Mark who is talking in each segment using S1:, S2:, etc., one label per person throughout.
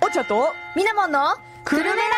S1: お茶と
S2: みなもんの
S1: くるめラ
S2: イフ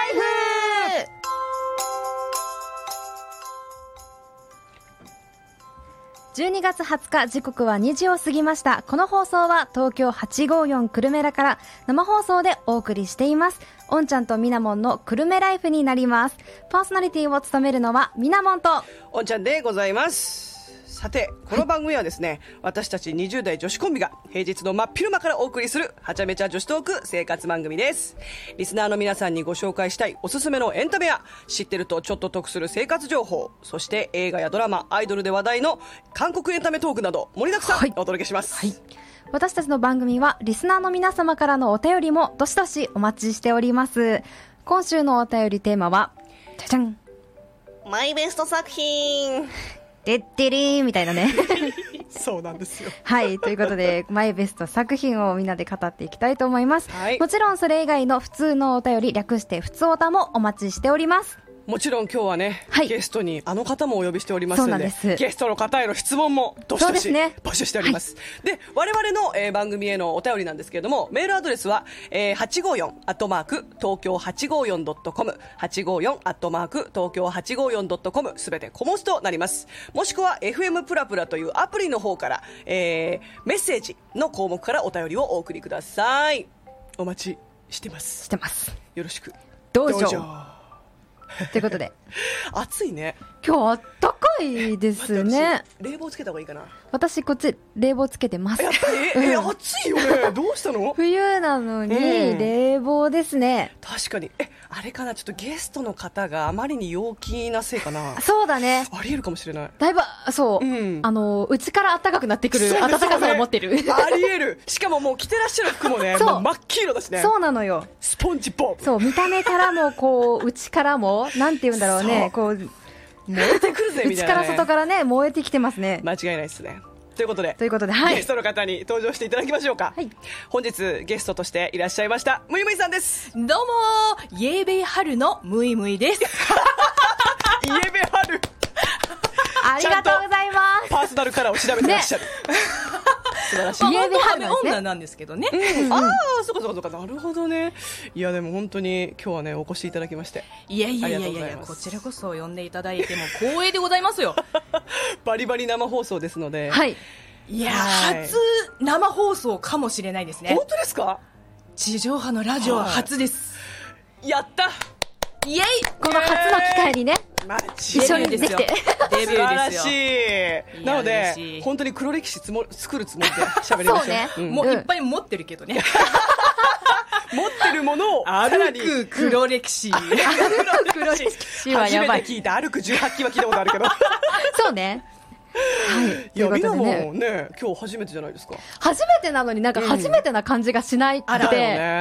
S2: 12月20日時刻は2時を過ぎましたこの放送は東京854くるめらから生放送でお送りしていますおんちゃんとみなもんのくるめライフになりますパーソナリティを務めるのはみなもんと
S1: おんちゃんでございますさてこの番組はですね、私たち20代女子コンビが平日の真っ昼間からお送りするはちゃめちゃ女子トーク生活番組ですリスナーの皆さんにご紹介したいおすすめのエンタメや知ってるとちょっと得する生活情報そして映画やドラマアイドルで話題の韓国エンタメトークなど盛りだくさん
S2: はい
S1: お届けします、
S2: 私たちの番組はリスナーの皆様からのお便りもどしどしお待ちしております今週のお便りテーマはじゃじゃん
S1: マイベスト作品
S2: でってりーみたいなね
S1: そうなんですよ
S2: はいということでマイベスト作品をみんなで語っていきたいと思います、
S1: はい
S2: もちろんそれ以外の普通のお便り略して普通おたもお待ちしております
S1: もちろん今日はね、
S2: はい
S1: ゲストにあの方もお呼びしております
S2: そう
S1: の
S2: なん
S1: で
S2: です
S1: ゲストの方への質問もどし
S2: そう
S1: ど
S2: で
S1: し
S2: すね
S1: 募集しておりますで我々の、えー番組へのお便りなんですけれどもメールアドレスは、えー、854アットマーク東京 854.com854 アットマーク東京 854.com すべて小文字となりますもしくは FM プラプラというアプリの方から、えーメッセージの項目からお便りをお送りくださいお待ちしてま
S2: し
S1: す
S2: てます
S1: よろしく
S2: どうぞ
S1: どうぞ
S2: ということで
S1: 暑いね
S2: 今日あったかいですね
S1: 冷房つけた方がいいかな
S2: 私こっち冷房つけてます
S1: やっぱりええ暑いよ ねどうしたの
S2: 冬なのに
S1: うん
S2: 冷房ですね、
S1: 確かにえあれかなちょっとゲストの方があまりに陽気なせいかな
S2: そうだね
S1: ありえるかもしれない
S2: だいぶそう、
S1: うん
S2: あの内から暖かくなってくる
S1: そうね
S2: 暖かさを持ってる
S1: そうねありえるしかももう着てらっしゃる服もね
S2: そう
S1: もう真っ黄色だしね
S2: そうなのよ
S1: スポンジボブ
S2: そう見た目からもこう内からもなんて言うんだろうねこう
S1: 燃えてくるぜみ
S2: 内
S1: たい
S2: か
S1: な、
S2: ら
S1: ね、
S2: 外からね燃えてきてますね
S1: 間違いないですねということで
S2: ということでは
S1: ゲ
S2: い
S1: ストの方に登場していただきましょうか、
S2: はい
S1: 本日ゲストとしていらっしゃいましたむいむいさんです
S3: どうもーイエーベイハルのムイムイです。
S1: イエベハル
S2: ありがとうございま
S1: パーソナルカラーを調べてらっしゃる、素晴らしい
S3: まあ
S2: イエーベイハルなんですね
S3: 元女なんですけどね。
S1: ああ、そうかそうかそうか、なるほどね。いや、でも本当に今日はね、お越しいただきまして、
S3: いやいやいや
S1: ありが
S3: い
S1: とうご
S3: や
S1: ざ
S3: い
S1: い
S3: や、
S1: ます
S3: こちらこそ呼んでいただいても光栄でございますよ。
S1: バリバリ生放送ですので、
S2: すはい
S3: いやー、
S1: はい
S3: 初生放送かもしれないですね
S1: 本。当ですか
S3: 地上波のラジオは初です。
S1: やった
S3: イエイ
S2: この初の機会にね
S1: マジ
S2: 一緒に
S3: デビューですよ
S2: できて
S3: デビ
S1: 素
S3: ュ
S1: 晴
S3: ー
S1: ら
S3: ですよ。
S1: しい。
S3: い
S1: な
S3: や
S1: の
S3: 嬉し
S1: で
S3: い、
S1: 本当に黒歴史つも作るつもりで喋りましょう。
S2: そうね
S1: ん
S3: もう
S2: うん
S3: いっぱい持ってるけどね。
S1: 持ってるものを、さら
S3: 歩
S1: に。
S3: く黒歴史。
S2: 黒歴史は
S1: 初
S2: やば
S1: め
S2: い
S1: て聞いた歩く18期は聞いたことあるけど
S2: そうねはい
S1: い
S2: とい
S1: や
S2: うこ
S1: みんな
S2: とでね
S1: もね今日初めてじゃないですか
S2: 初めてなのになんか初めてな感じがしないって、
S1: あだよ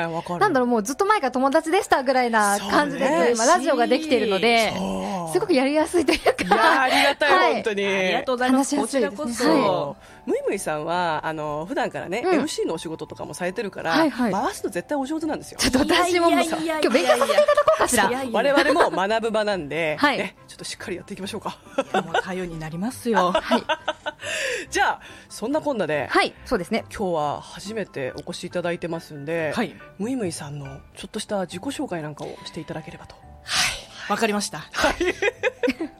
S1: ねわかる
S2: なんだろう、もうずっと前から友達でしたぐらいな感じです、
S1: そうね
S2: 今、ラジオができているので、
S1: そう
S2: すごくやりやすいというか、
S1: いやありがたい、
S2: は
S1: 本当に
S3: ありがとうございます。こ
S2: 話し
S3: ち
S2: や
S3: ら
S2: すいです
S3: こ
S2: ね
S3: そ。
S1: むいむいさんはあの普段からね、
S2: うん
S1: MC のお仕事とかもされてるから、
S2: はいはい
S1: 回すの絶対お上手なんですよ
S2: ちょっと私ももう、
S3: いやい
S2: 今
S3: やいやい
S2: 日
S3: や
S2: 勉強させていただこうかしら。
S3: いやいや
S1: 我々も学ぶ場なんで、
S2: はい
S1: ね、ちょっとしっかりやっていきましょうか
S3: 今日も頼りになりますよ。
S2: はい、
S1: じゃあそんなこんなで、
S2: はい、そうですね。
S1: 今日は初めてお越しいただいてますんで、
S3: はい
S1: むいむいさんのちょっとした自己紹介なんかをしていただければと
S3: わかりました。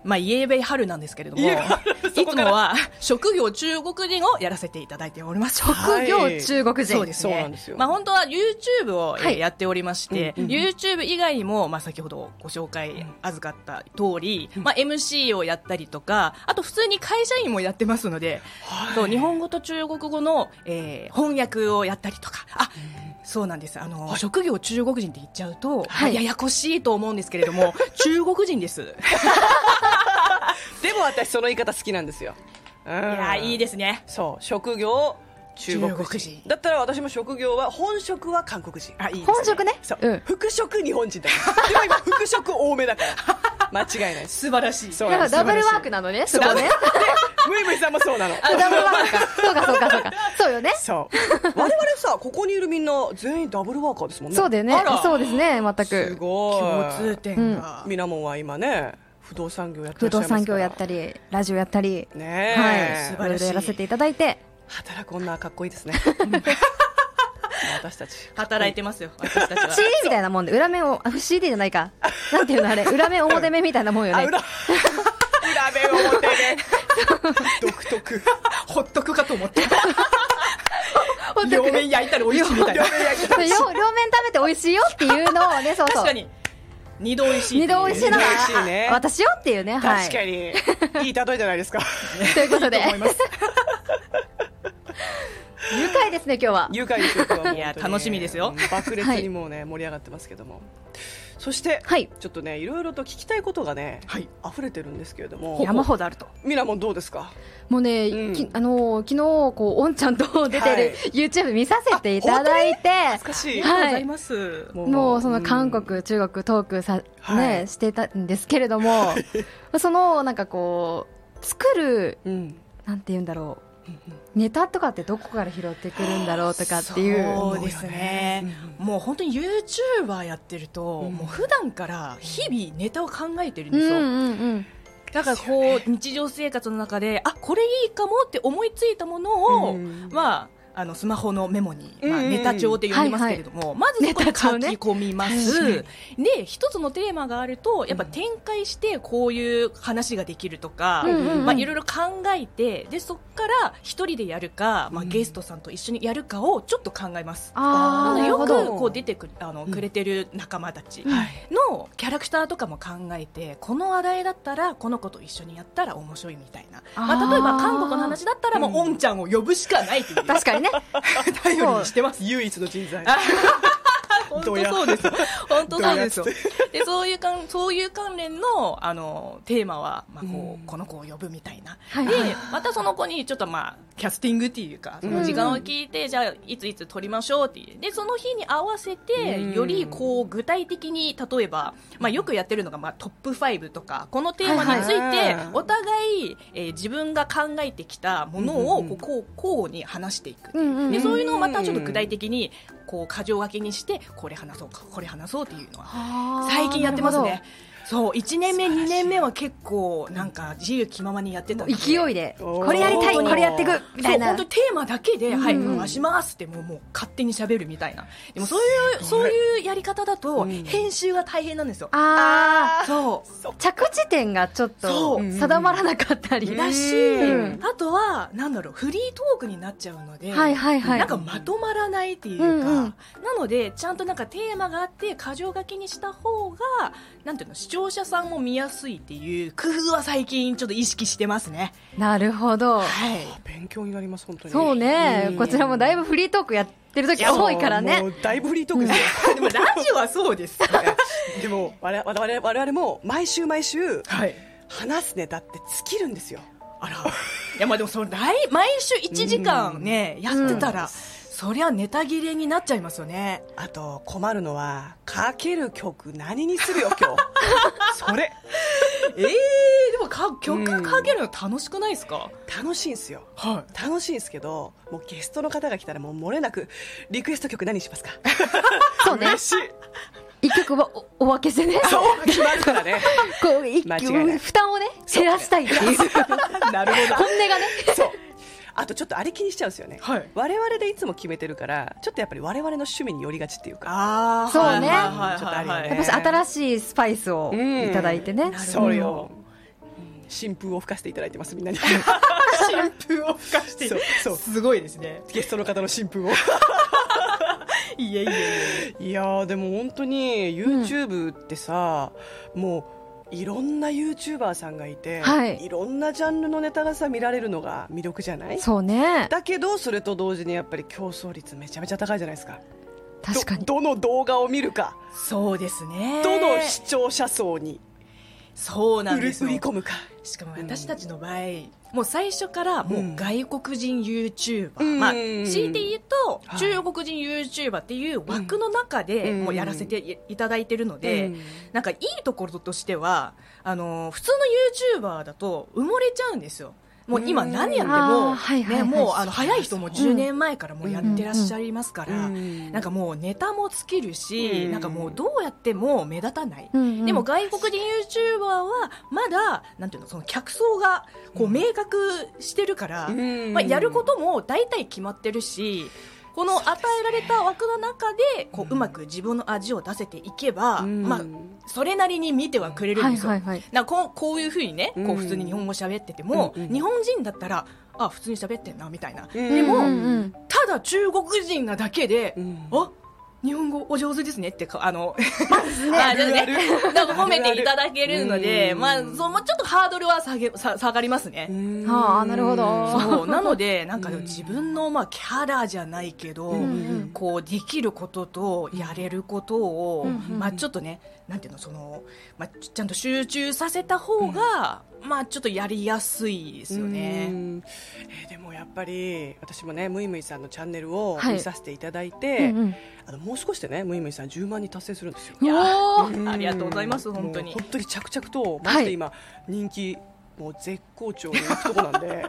S3: まあ、イエーベイ春なんですけれども、
S1: イエ
S3: い
S1: ーベイ春そ
S3: つ
S1: こ
S3: も
S1: から
S3: は職業中国人をやらせていただいております。
S1: はい
S2: 副業中国人。
S3: そうです
S1: そうなん
S3: ね
S1: ですよ。
S3: まあ本当は YouTube をえー
S2: はい
S3: やっておりまして、YouTube 以外にも、まあ先ほどご紹介預かった通り、まあ MC をやったりとか、あと普通に会社員もやってますので、そう日本語と中国語のえー翻訳をやったりとか、あ、そうなんです。あの、職業中国人って言っちゃうと、
S2: はい
S3: ややこしいと思うんですけれど も、中国人です。
S1: でも私その言い方好きなんですよ、うん、い
S3: いやーいいですね。
S1: そう職業中国人
S3: 中国人
S1: だったら私も職業は本職は韓国人
S3: あ、いいです、ね。
S2: 本職ね。
S1: そう、
S2: うん。
S1: 服飾日本人だからでも今服飾多めだから間違いないです
S3: 素晴らしい。
S1: そう
S2: だからダブルワー
S1: ク
S2: クなのね、そこね。
S1: むいむいさんもそうなの
S2: あダブルワークか。そうか、そうか、そうか。そうよね。
S1: そう我々さここにいるみんな全員ダブルワーカーですもんね
S2: そうだよね
S3: あら。
S2: そうですね、全
S1: す
S2: く。
S1: ごい
S3: 共通点が。
S1: みなもんは今ね不動産業やってらっしゃいま
S2: 不動
S1: すから
S2: 産業やったり、ラジオやったり。
S1: ねえ
S2: はい。い
S3: 晴
S2: ろ
S3: らしい
S2: いろやらせていただいて。
S1: 働く女はかっこいいですね私たち
S3: 働いてますよ、私たちは
S2: CD みたいなもんで裏面をあ CD じゃないかなんていうのあれ裏面表面みたいなもんよ
S1: あ
S2: ね
S1: 裏裏目表 目独特
S3: ほっとくかと思って
S2: ほ んと
S3: 両面焼いたら美味しいみたいな
S2: そう両両面食べて美味しいよっていうのをねそうそ
S3: 確
S2: う
S3: かに二度美味しい
S2: 二度美味しいのが
S1: 二度美味しいね
S2: あ私よっていうねはい
S1: 確かに、いい例えじゃないですか
S2: ということで
S3: と思います
S2: 愉快ですね今日は
S1: 誘拐ですよ今日はもう本当に
S3: いや楽しみですよ
S1: うん爆裂にもうね、盛り上がってますけどもそして、
S2: はい
S1: ちょっとねいろいろと聞きたいことがね、
S3: はい
S1: 溢れてるんですけれども
S2: 山ほどあると
S1: ミラモンどうですか
S2: もうね、
S1: うん
S2: きあのー昨日こうおんちゃんと出てる、
S1: はい
S2: YouTube 見させていただいて
S1: 懐かしい、
S3: ありがとう
S2: は
S3: ござい
S2: い
S3: ます
S2: もうその韓
S1: うん
S2: 国、中国、トークさ、
S1: はい
S2: ね、してたんですけれ ども、そのなんかこう、作る、
S1: うん
S2: なんて言うんだろう、ネタとかってどこから拾ってくるんだろうとかって
S3: そ
S2: いうう、
S3: ですね、もう本当に YouTuber やってると、もう普段から日々ネタを考えてるん
S2: う
S3: で
S2: ん
S3: すよ、
S2: うんうん、
S3: だからこう、日常生活の中であこれいいかもって思いついたものを、
S1: うん
S3: まああのスマホのメモに、まあ、
S1: うんうん
S3: ネタ帳って呼びますけれども、まずそこで
S2: ネタ
S3: 書
S2: 帳
S3: き
S2: ね
S3: 込みます、で一つのテーマがあるとやっぱ展開してこういう話ができるとか、
S2: うんうんうん
S3: まあ、いろいろ考えてでそこから一人でやるか、まあ、ゲストさんと一緒にやるかをちょっと考えます。
S2: あ
S1: ー
S2: あ、なる
S3: よ
S2: ほ
S3: く
S2: ど、
S3: こう出てくるあのくれてる仲間たち
S2: ん
S3: のキャラクターとかも考えてこの話題だったらこの子と一緒にやったら面白いみたいなま
S2: あ
S3: あ、
S2: ー
S3: 例えば韓国の話だったらもうオンちゃんを呼ぶしかないという
S2: 確かにね、
S3: 頼りにしてます
S1: 唯一の人材
S3: 本
S1: ど
S3: 当
S1: うや
S3: そうですよ本当そうですよ
S1: どう
S3: でそういうかんそういう関連のあのテーマは、まあこうこの子を呼ぶみたいな、
S2: はい
S3: で
S2: はい
S3: またその子にちょっと、まあ、キャスティングっていうかその時間を聞いて、じゃあいついつ撮りましょうっていうでその日に合わせて、
S1: うん
S3: よりこう具体的に例えば、まあ、よくやってるのが、まあ、トップ5とかこのテーマについて、
S1: はいはい
S3: お互い、えー自分が考えてきたものをこうこう交互に話していく。
S2: うんうん
S3: で
S2: うん、
S3: そういうのをまたちょっと具体的にこう箇条書きにしてこれ話そうかこれ話そうっていうのは
S2: あー
S3: 最近やってます
S2: なる
S3: ねそう1年目2年目は結構なんか自由気ままにやってた
S2: ほど勢い
S3: で
S2: で、
S1: おー
S2: これやりた
S1: 本
S2: い、
S1: 当に
S2: これやっていくみた
S3: そ
S2: いう
S3: 本
S2: な
S3: 当に、テーマだけで、はい、
S2: うん
S3: 回しますってもうもう勝手に喋るみたいなでもそういうそういうやり方だと
S1: うん
S3: 編集が大変なんですよ、
S2: あ
S3: そう
S2: あ、着地点がちょっと
S3: そう
S2: 定まらなかったり、
S3: だし、
S2: うん
S3: あとはなんだろうフリートークになっちゃうので、
S2: はいはいはい
S3: なんかまとまらないっていうか、
S2: うんうん
S3: なのでちゃんとなんかテーマがあって箇条書きにした方がなんていうの視聴者さんも見やすいっていう工夫は最近ちょっと意識してますね。
S2: なるほど。
S3: はい
S1: 勉強になります本当に
S2: そうね、
S1: ん
S2: こちらもだいぶフリートークやってる時多いから
S1: も
S2: ね。
S1: うだいぶフリートークですよ
S3: でもラジオはそ うです、ね、
S1: でも我々我々我々も毎週毎週
S3: はい
S1: 話すネタって尽きるんですよ
S3: あらいやまあでもその来毎週1時間ね、やってたら、そりゃネタ切れになっちゃいますよね
S1: あと困るのはかける曲何にするよ 今日それ
S3: えー、でもか曲かけるの楽しくないですか、
S1: 楽しいんですよ
S3: はい
S1: 楽しいんですけどもうゲストの方が来たらもう漏れなくリクエスト曲何にしますか
S2: そうね
S1: 嬉。しい
S2: 一曲はおお分けしてね。
S1: そう決まるから ね
S2: こう、一
S1: 間違いない
S2: 曲、負担をね、減らしたいっていう。
S3: なるほ
S2: 本音がね。
S1: そうあとちょっとありきにしちゃうんですよね、
S3: はい
S1: 我々でいつも決めてるからちょっとやっぱり我々の趣味に寄りがちっていうか
S3: ああ
S2: そうね
S1: ちょっとあるよね
S2: やっぱ し新しいスパイスをいただいてね。
S1: そうよ、新風を吹かせていただいてますみんなに
S3: 新風を吹かして
S1: そうそう
S3: すごいですね
S1: ゲストの方の新風を
S3: いえいえいえ
S1: いやーでも本当に YouTube ってさ、もういろんな YouTuber さんがいて、
S2: はい
S1: ろんなジャンルのネタがさ見られるのが魅力じゃな
S2: う
S1: い
S2: ん。そうね。
S1: だけどそれと同時にやっぱり競争率めちゃめちゃ高いじゃないですか
S2: 確かに。
S1: どどの動画を見るか、
S3: そうですね
S1: どの視聴者層に
S3: そうな
S1: 売
S3: ん
S1: り
S3: です
S1: 売
S3: よ
S1: り込むか
S3: しかも私たちの場合、もう最初からも
S1: うん
S3: う外国人 YouTuber、
S1: うん
S3: まあ、強いて言うと
S1: はい
S3: 中国人 YouTuber っていう枠の中で
S1: うん
S3: もうやらせていただいてるので、
S1: うん
S3: なんかいいところとしてはあの普通の YouTuber だと埋もれちゃうんですよ。もう今
S1: うん
S3: 何やって
S2: あー
S3: も、
S2: はいはい
S3: ね、
S2: はい
S3: もうあの早い人も10年前からもうやってらっしゃいますから、
S1: うん
S3: なんかもうネタも尽きるし、
S1: うん
S3: なんかもうどうやっても目立たない、
S2: うんうん
S3: でも外国人 YouTuber はまだなんていうのその客層がこう明確してるから、
S1: うん
S3: まあ、やることも大体決まってるしこの与えられた枠の中でこううまく自分の味を出せていけば、
S1: うん
S3: まあ、それなりに見てはくれるんですよ。
S2: はいはいはい
S3: なんかこうこういうふうにね
S1: う
S3: こ
S1: ん
S3: う普通に日本語喋ってても、
S1: うんうん
S3: 日本人だったらあ普通に喋ってんなみたいな、
S1: うん
S3: でも、
S2: うんうん
S3: ただ中国人なだけで、
S1: うん
S3: あ日本語お上手ですねってかあの
S1: ある
S2: ね
S3: あちょっとね
S1: ある
S3: なんか褒めていただけるので、
S1: うん
S3: まあ、そうまあちょっとハードルは下げさ下がりますね。
S1: うん
S2: はあなるほ ど
S3: そうなので、なんか
S1: うん
S3: 自分のまあキャラじゃないけど、
S1: うん
S2: うん
S3: こうできることとやれることを、
S2: うん
S3: まあ、ちょっとね、なんていうの、そのまあ、ちちゃんと集中させた方が、まあ、ちょっとやりやすいですよ
S1: う
S3: ね。
S1: んえーでもやっぱり私もねムイムイさんのチャンネルを
S2: はい
S1: 見させていただいて、
S2: うんうん
S1: あのもう少しでねムイムイさん10万人達成するんですよ。
S3: いや
S2: お
S3: ーありがとうございます、
S1: ん
S3: 本当
S1: も
S3: に
S1: う本。当に着々とマジで今、人気もう絶好調にいくとこなん で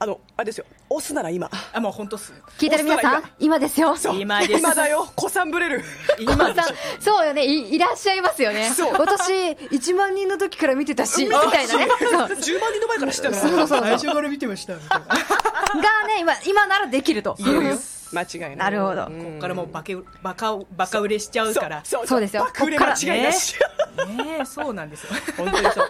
S1: あのあれですよ押すなら今
S3: あ、もう本当っす。
S2: 聞いてる皆さん今ですよ
S1: そう
S3: 今です
S1: 今だよ子さんぶれる
S3: 今でし
S2: さんそうよねいいらっしゃいますよね
S1: そう
S2: 私1万人の時から見てたしみたいなねそう
S1: 10万人の前から知ってる
S2: そうそうそう最初
S1: から見てま した
S2: がね今今ならできると
S1: 言えるよ 間違いない
S2: なるほど
S3: ょこっからもうバケバカバカ売れしちゃうから。
S1: そう
S2: そうですよ
S1: 爆売れ
S2: こっ
S1: 間
S2: から
S1: 違いなし、
S3: ねえそうなんですよ。
S1: 本当にそう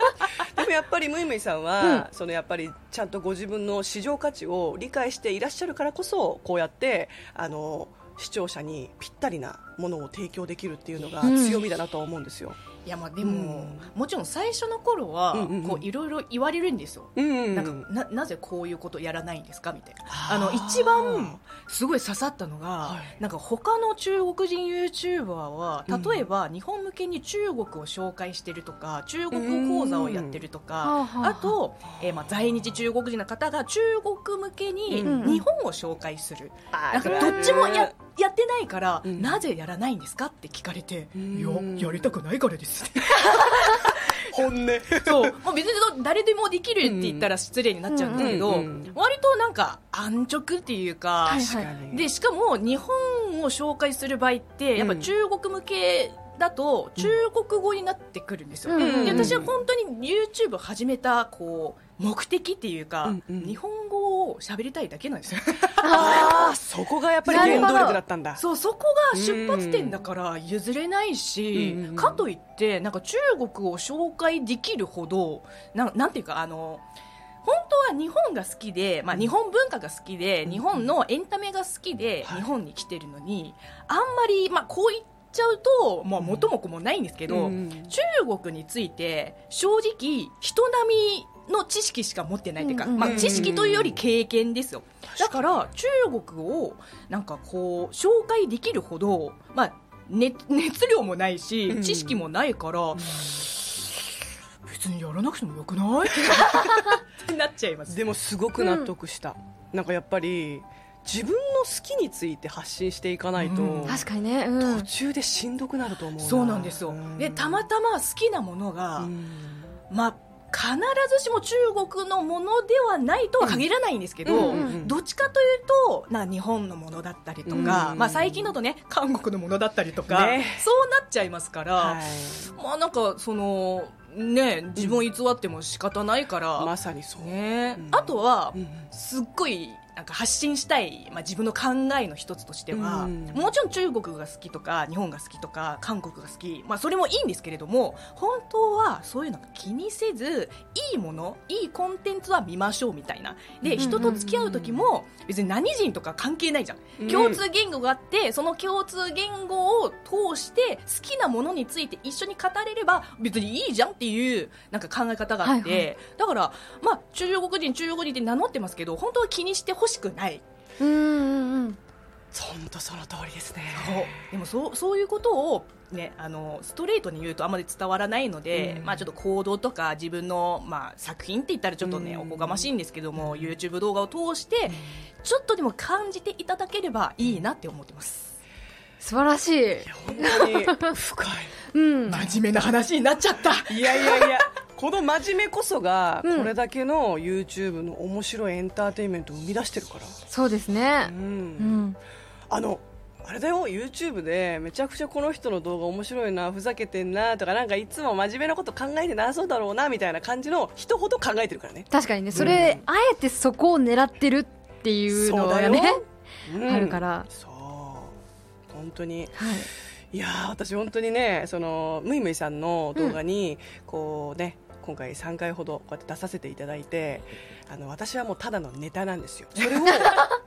S1: でもやっぱりムイムイさんは、そのやっぱりちゃんとご自分の市場価値を理解していらっしゃるからこそこうやってあの視聴者にぴったりなものを提供できるっていうのが
S2: うん
S1: 強みだなとは思うんですよ、
S3: いやまあでも、
S1: う
S3: もちろん最初の頃は、
S1: うんうんうん
S3: こういろいろ言われるんですよ。
S1: うん
S3: なんかななぜこういうことやらないんですかみたいな
S1: あー
S3: あの一番すごい刺さったのが、
S1: はい
S3: なんか他の中国人 YouTuber は
S1: うん
S3: 例えば日本向けに中国を紹介してるとか中国語講座をやってると
S2: うん
S3: か
S2: はあはあ
S3: あと、えーまあ、在日中国人の方が中国向けに
S1: うん
S3: 日本を紹介する、
S1: な
S3: なんかどっちもややってないから、
S1: うん
S3: なぜやらないんですかって聞かれて、
S1: うん
S3: いややりたくないか らです
S1: 本音
S3: そう、もう別に誰でもできるって言ったら失礼になっちゃうんですけど、
S1: うんうんうん
S3: 割となんか安直っていうか、
S2: はい
S1: 確かに
S3: でしかも日本を紹介する場合ってやっぱ中国向けだと中国語になってくるんですよ、
S2: うん
S3: で私は本当に YouTube を始めたこう目的っていうか、
S1: うんうん
S3: 日本語を喋りたいだけなんですよ
S1: あーそこがやっぱり原動力だったんだ
S3: そうそこが出発点だから譲れないし、
S1: うんうん
S3: かといってなんか中国を紹介できるほどなんなんていうかあの本当は日本が好きで、まあ、日本文化が好きで、日本のエンタメが好きで
S1: はい
S3: 日本に来てるのに、あんまり、まあ、こう言っちゃうと、まあ、元も子もないんですけど、
S1: うん
S3: 中国について正直人並みの知識しか持ってないというか、
S2: うんうん
S3: まあ、知識というより経験ですよだから中国をなんかこう紹介できるほど、まあ、熱熱量もないし
S1: うん
S3: 知識もないから、別にやらなくてもよくないってなっちゃいます
S1: でもすごく納得した、なんかやっぱり自分の好きについて発信していかないと、
S3: うん
S2: 確かにねうん
S1: 途中でしんどくなると思う
S3: そうなんですよ、でたまたま好きなものが、
S1: うん
S3: まあ必ずしも中国のものではないとは限らないんですけど、
S1: うんうんうん
S3: どっちかというとなんか日本のものだったりとか、
S1: うん
S3: まあ、最近だとね韓国のものだったりとか、
S1: ね
S3: そうなっちゃいますから、
S1: はい
S3: まあなんかそのね自分を偽っても仕方ないから、
S1: まさにそう、
S3: ね
S1: うん
S3: あとは、
S1: うん
S3: すっごいなんか発信したい、まあ、自分の考えの一つとしては、
S1: うん
S3: もちろん中国が好きとか日本が好きとか韓国が好き、まあ、それもいいんですけれども本当はそういうの気にせずいいものいいコンテンツは見ましょうみたいなで人と付き合う時も別に何人とか関係ないじゃん、
S1: うん
S3: 共通言語があってその共通言語を通して好きなものについて一緒に語れれば別にいいじゃんっていうなんか考え方があって、
S2: はいは
S3: だから、まあ、中国人中国人って名乗ってますけど本当は気にしてほしくない
S2: うんうんうん
S1: 本当その通りですね
S3: でもそうそういうことを、ね、あのストレートに言うとあまり伝わらないので、
S1: うん
S3: まあ、ちょっと行動とか自分の、まあ、作品って言ったらちょっと、ね
S1: うん
S3: おこがましいんですけども YouTube 動画を通してちょっとでも感じていただければいいなって思ってます。
S2: 素晴らしい
S1: 本当に深
S2: うん
S3: 真面目な話になっちゃった
S1: いいやいやいやこの真面目こそが
S2: うん
S1: これだけの YouTube の面白いエンターテインメントを生み出してるから、
S2: そうですね
S1: うん
S2: うん
S1: あのあれだよ YouTube でめちゃくちゃこの人の動画面白いなふざけてんなとかなんかいつも真面目なこと考えてなそうだろうなみたいな感じの人ほど考えてるからね
S2: 確かにねそれあえてそこを狙ってるっていうのがね
S1: うん
S2: あるから
S1: そう本当に
S2: はい、
S1: いやー私本当にねそのむいむいさんの動画に、こうね今回3回ほどこうやって出させていただいてあの私はもうただのネタなんですよそ れを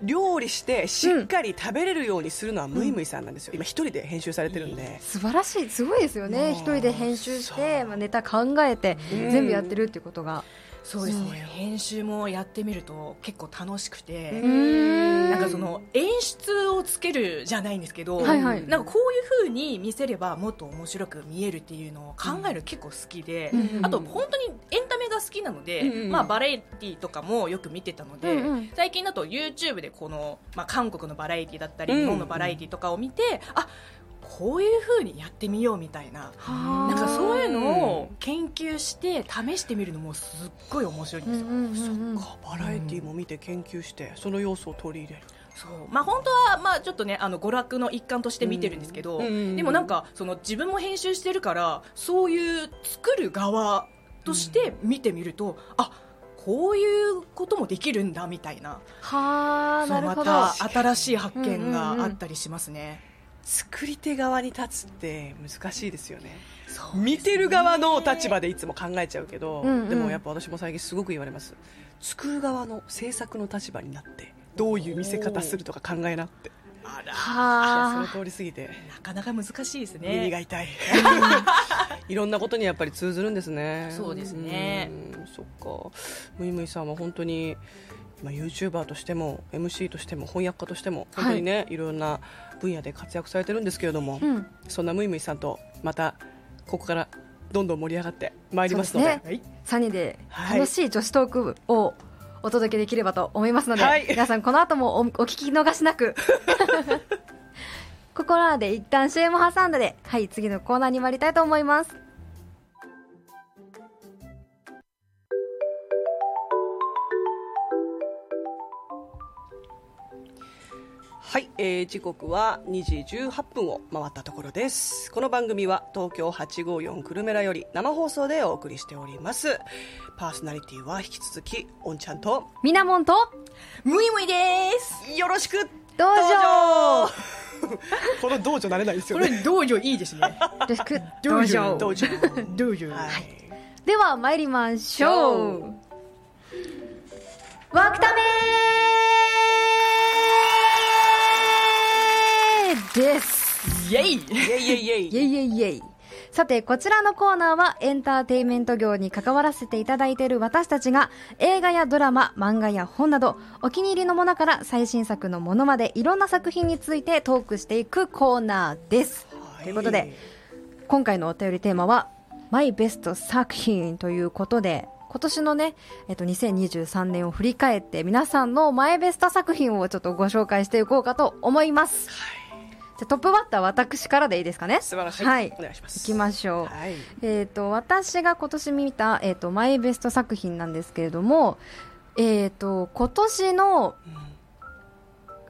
S1: 料理してしっかり食べれるようにするのはむいむいさんなんですよ今一人で編集されてるんで、
S2: 素晴らしいすごいですよ
S1: もう
S2: ね一人で編集し
S1: そ
S2: て、
S1: う
S2: まあ、ネタ考えて
S1: うん
S2: 全部やってるっていうことが、
S3: そうですね編集もやってみると結構楽しくて、
S1: う
S2: うーん
S3: なんかその演出をつけるじゃないんですけど、
S2: はいはい
S3: なんかこういう風に見せればもっと面白く見えるっていうのを考える結構好きで、
S2: うん
S3: あと本当にエンタメが好きなので、
S1: うんうん
S3: まあ、バラエティとかもよく見てたので、
S2: うんうん
S3: 最近だと YouTube でこの、まあ、韓国のバラエティだったり、
S1: うん
S3: 日本のバラエティとかを見てあこういう風にやってみようみたいな。
S2: はあ
S3: なんかそういうのを研究して試してみるのもすっごい面白いんですよ、
S2: うんうんうんうん
S1: かバラエティーも見て研究してその要素を取り入れる、
S3: そうまあ、本当はまあちょっとねあの娯楽の一環として見てるんですけど、
S1: うんうん
S3: でもなんかその自分も編集してるからそういう作る側として見てみると、あこういうこともできるんだみたいな
S2: はあ
S3: そ
S2: な
S3: う
S2: る
S3: ま
S2: ほど
S3: た新しい発見があったりしますね。
S1: 作り手側に立つって難しいですよね見てる側の立場でいつも考えちゃうけど、
S2: うんうん
S1: でもやっぱ私も最近すごく言われます作る側の制作の立場になってどういう見せ方するとか考えなって
S3: あら
S1: そ
S2: は
S1: の
S2: あ
S1: 通り過ぎて
S3: なかなか難しいですね。
S1: 耳が痛いいろんなことにやっぱり通ずるんですね
S3: そうですね
S1: うんそっかむいむいさんは本当にまあ、YouTuber としても MC としても翻訳家としても本当にね、い、ろんな分野で活躍されてるんですけれども、
S2: うん
S1: そんなむいむいさんとまたここからどんどん盛り上がってまいりますので
S2: そうですね3人で楽しい女子トーク部をお届けできればと思いますので、
S1: はい
S2: 皆さんこの後もおお聞き逃しなく ここらで一旦 CM を挟んだではい次のコーナーに参りたいと思います
S1: はい、えー時刻は2時18分を回ったところですこの番組は東京854久留米らより生放送でお送りしておりますパーソナリティは引き続きおんちゃんと
S2: みなもんと
S3: むいむいです。
S1: よろしく
S2: 道場
S1: この道場なれないです
S3: これ道場いいですね。
S2: よろしく
S3: 道場
S1: 道場
S3: 道場。
S1: はい
S2: では参りましょうワクタメです
S3: イエイ。
S1: イエイイエイイ
S2: イ
S1: エ
S2: エ
S1: イ
S2: イイエイイエイさて、こちらのコーナーはエンターテインメント業に関わらせていただいている私たちが映画やドラマ、漫画や本などお気に入りのものから最新作のものまでいろんな作品についてトークしていくコーナーです。
S1: は
S2: ということで、今回のお便りテーマはマイベスト作品ということで今年のね、えっと、2023年を振り返って皆さんのマイベスト作品をちょっとご紹介していこうかと思います。じゃあトップバッター私からでいいですかね
S1: 素晴らしい、
S2: はい
S1: お願いします
S2: 行きましょう。
S1: はい
S2: えー、と私が今年見た、えー、とマイベスト作品なんですけれども、えー、と今年の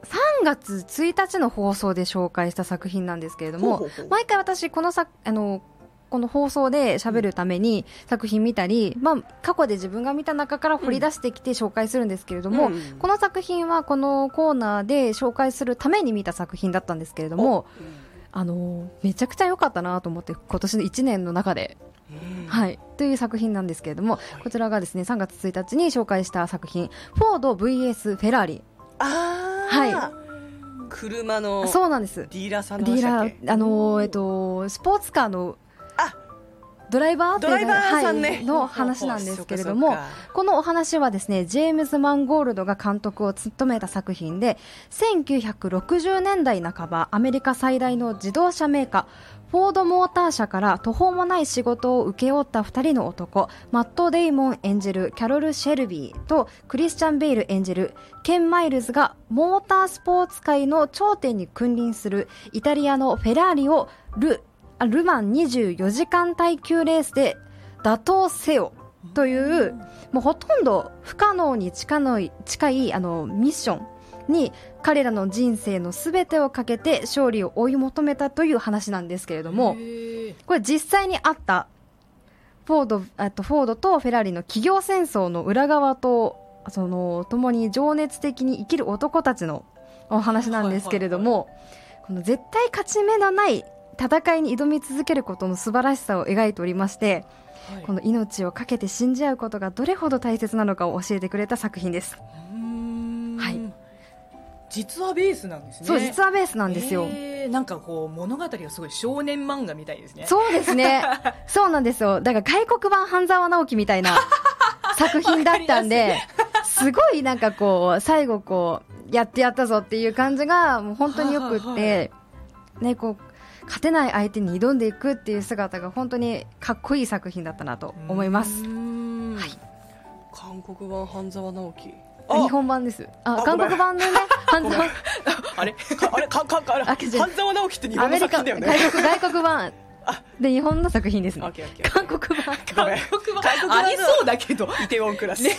S2: 3月1日の放送で紹介した作品なんですけれども
S1: ほうほうほう
S2: 毎回私この作あのこの放送で喋るために作品見たり、まあ、過去で自分が見た中から掘り出してきて紹介するんですけれども、
S1: うんうん
S2: この作品はこのコーナーで紹介するために見た作品だったんですけれども、あのめちゃくちゃ良かったなと思って今年の1年の中ではい、という作品なんですけれども、こちらがですね3月1日に紹介した作品「フォード VS フェラーリ
S1: あー
S2: は
S1: 車」の
S2: そうなんですデ
S1: ディーラーさんの
S2: ィ
S1: 話
S2: ー
S1: だ
S2: ラ
S1: っけ
S2: ー、あのーえっと、スポーツカーの
S1: あ
S2: ドライバーっ
S1: ド
S2: ていう
S1: ライバーさんね、
S2: はい、の話なんですけれど
S1: そう
S2: も
S1: かそうか
S2: このお話はですねジェームズ・マンゴールドが監督を務めた作品で1960年代半ばアメリカ最大の自動車メーカーフォードモーター社から途方もない仕事を請け負った2人の男マット・デイモン演じるキャロル・シェルビーとクリスチャン・ベイル演じるケン・マイルズがモータースポーツ界の頂点に君臨するイタリアのフェラーリをルあルマン24時間耐久レースで打倒せよというもうほとんど不可能に近のい近いあのミッションに彼らの人生のすべてをかけて勝利を追い求めたという話なんですけれども
S3: へー
S2: これ実際にあったフォードあとフォードとフェラーリの企業戦争の裏側とその共に情熱的に生きる男たちのお話なんですけれども、この絶対勝ち目のない戦いに挑み続けることの素晴らしさを描いておりまして、
S3: はい
S2: この命を懸けて信じ合うことがどれほど大切なのかを教えてくれた作品です。
S3: うーん
S2: はい
S3: 実はベースなんですね
S2: そう、実はベースなんですよ。
S3: えーなんかこう物語がすごい少年漫画みたいですね
S2: そうです ね。そうなんですよ。だから外国版半沢直樹みたいな作品だったんで、すごいなんかこう、最後こう、やってやったぞっていう感じが、もう本当によく
S3: は
S2: っ
S3: いはい
S2: て、ね、こう、勝てない相手に挑んでいくっていう姿が本当にかっこいい作品だったなと思います。
S3: うーん
S2: はい
S1: 韓国版半沢直樹あ
S2: 日本版です。あ
S1: あ、
S2: 韓国版の ね、半沢、
S1: あれかあれかかかあれ
S2: あ違う
S1: 半沢直樹って日
S2: ア
S1: 本の
S2: メリ
S1: 作
S2: カ、
S1: 品だよ
S2: 外
S1: ね
S2: 国、外国版で日本の作品です
S1: オッ
S2: ね。
S1: ケーオッケー
S2: 韓 国版。
S1: ごめん
S3: 韓国は
S1: 韓国は
S3: ありそうだけど
S1: イテウォンクラス、
S2: そうね。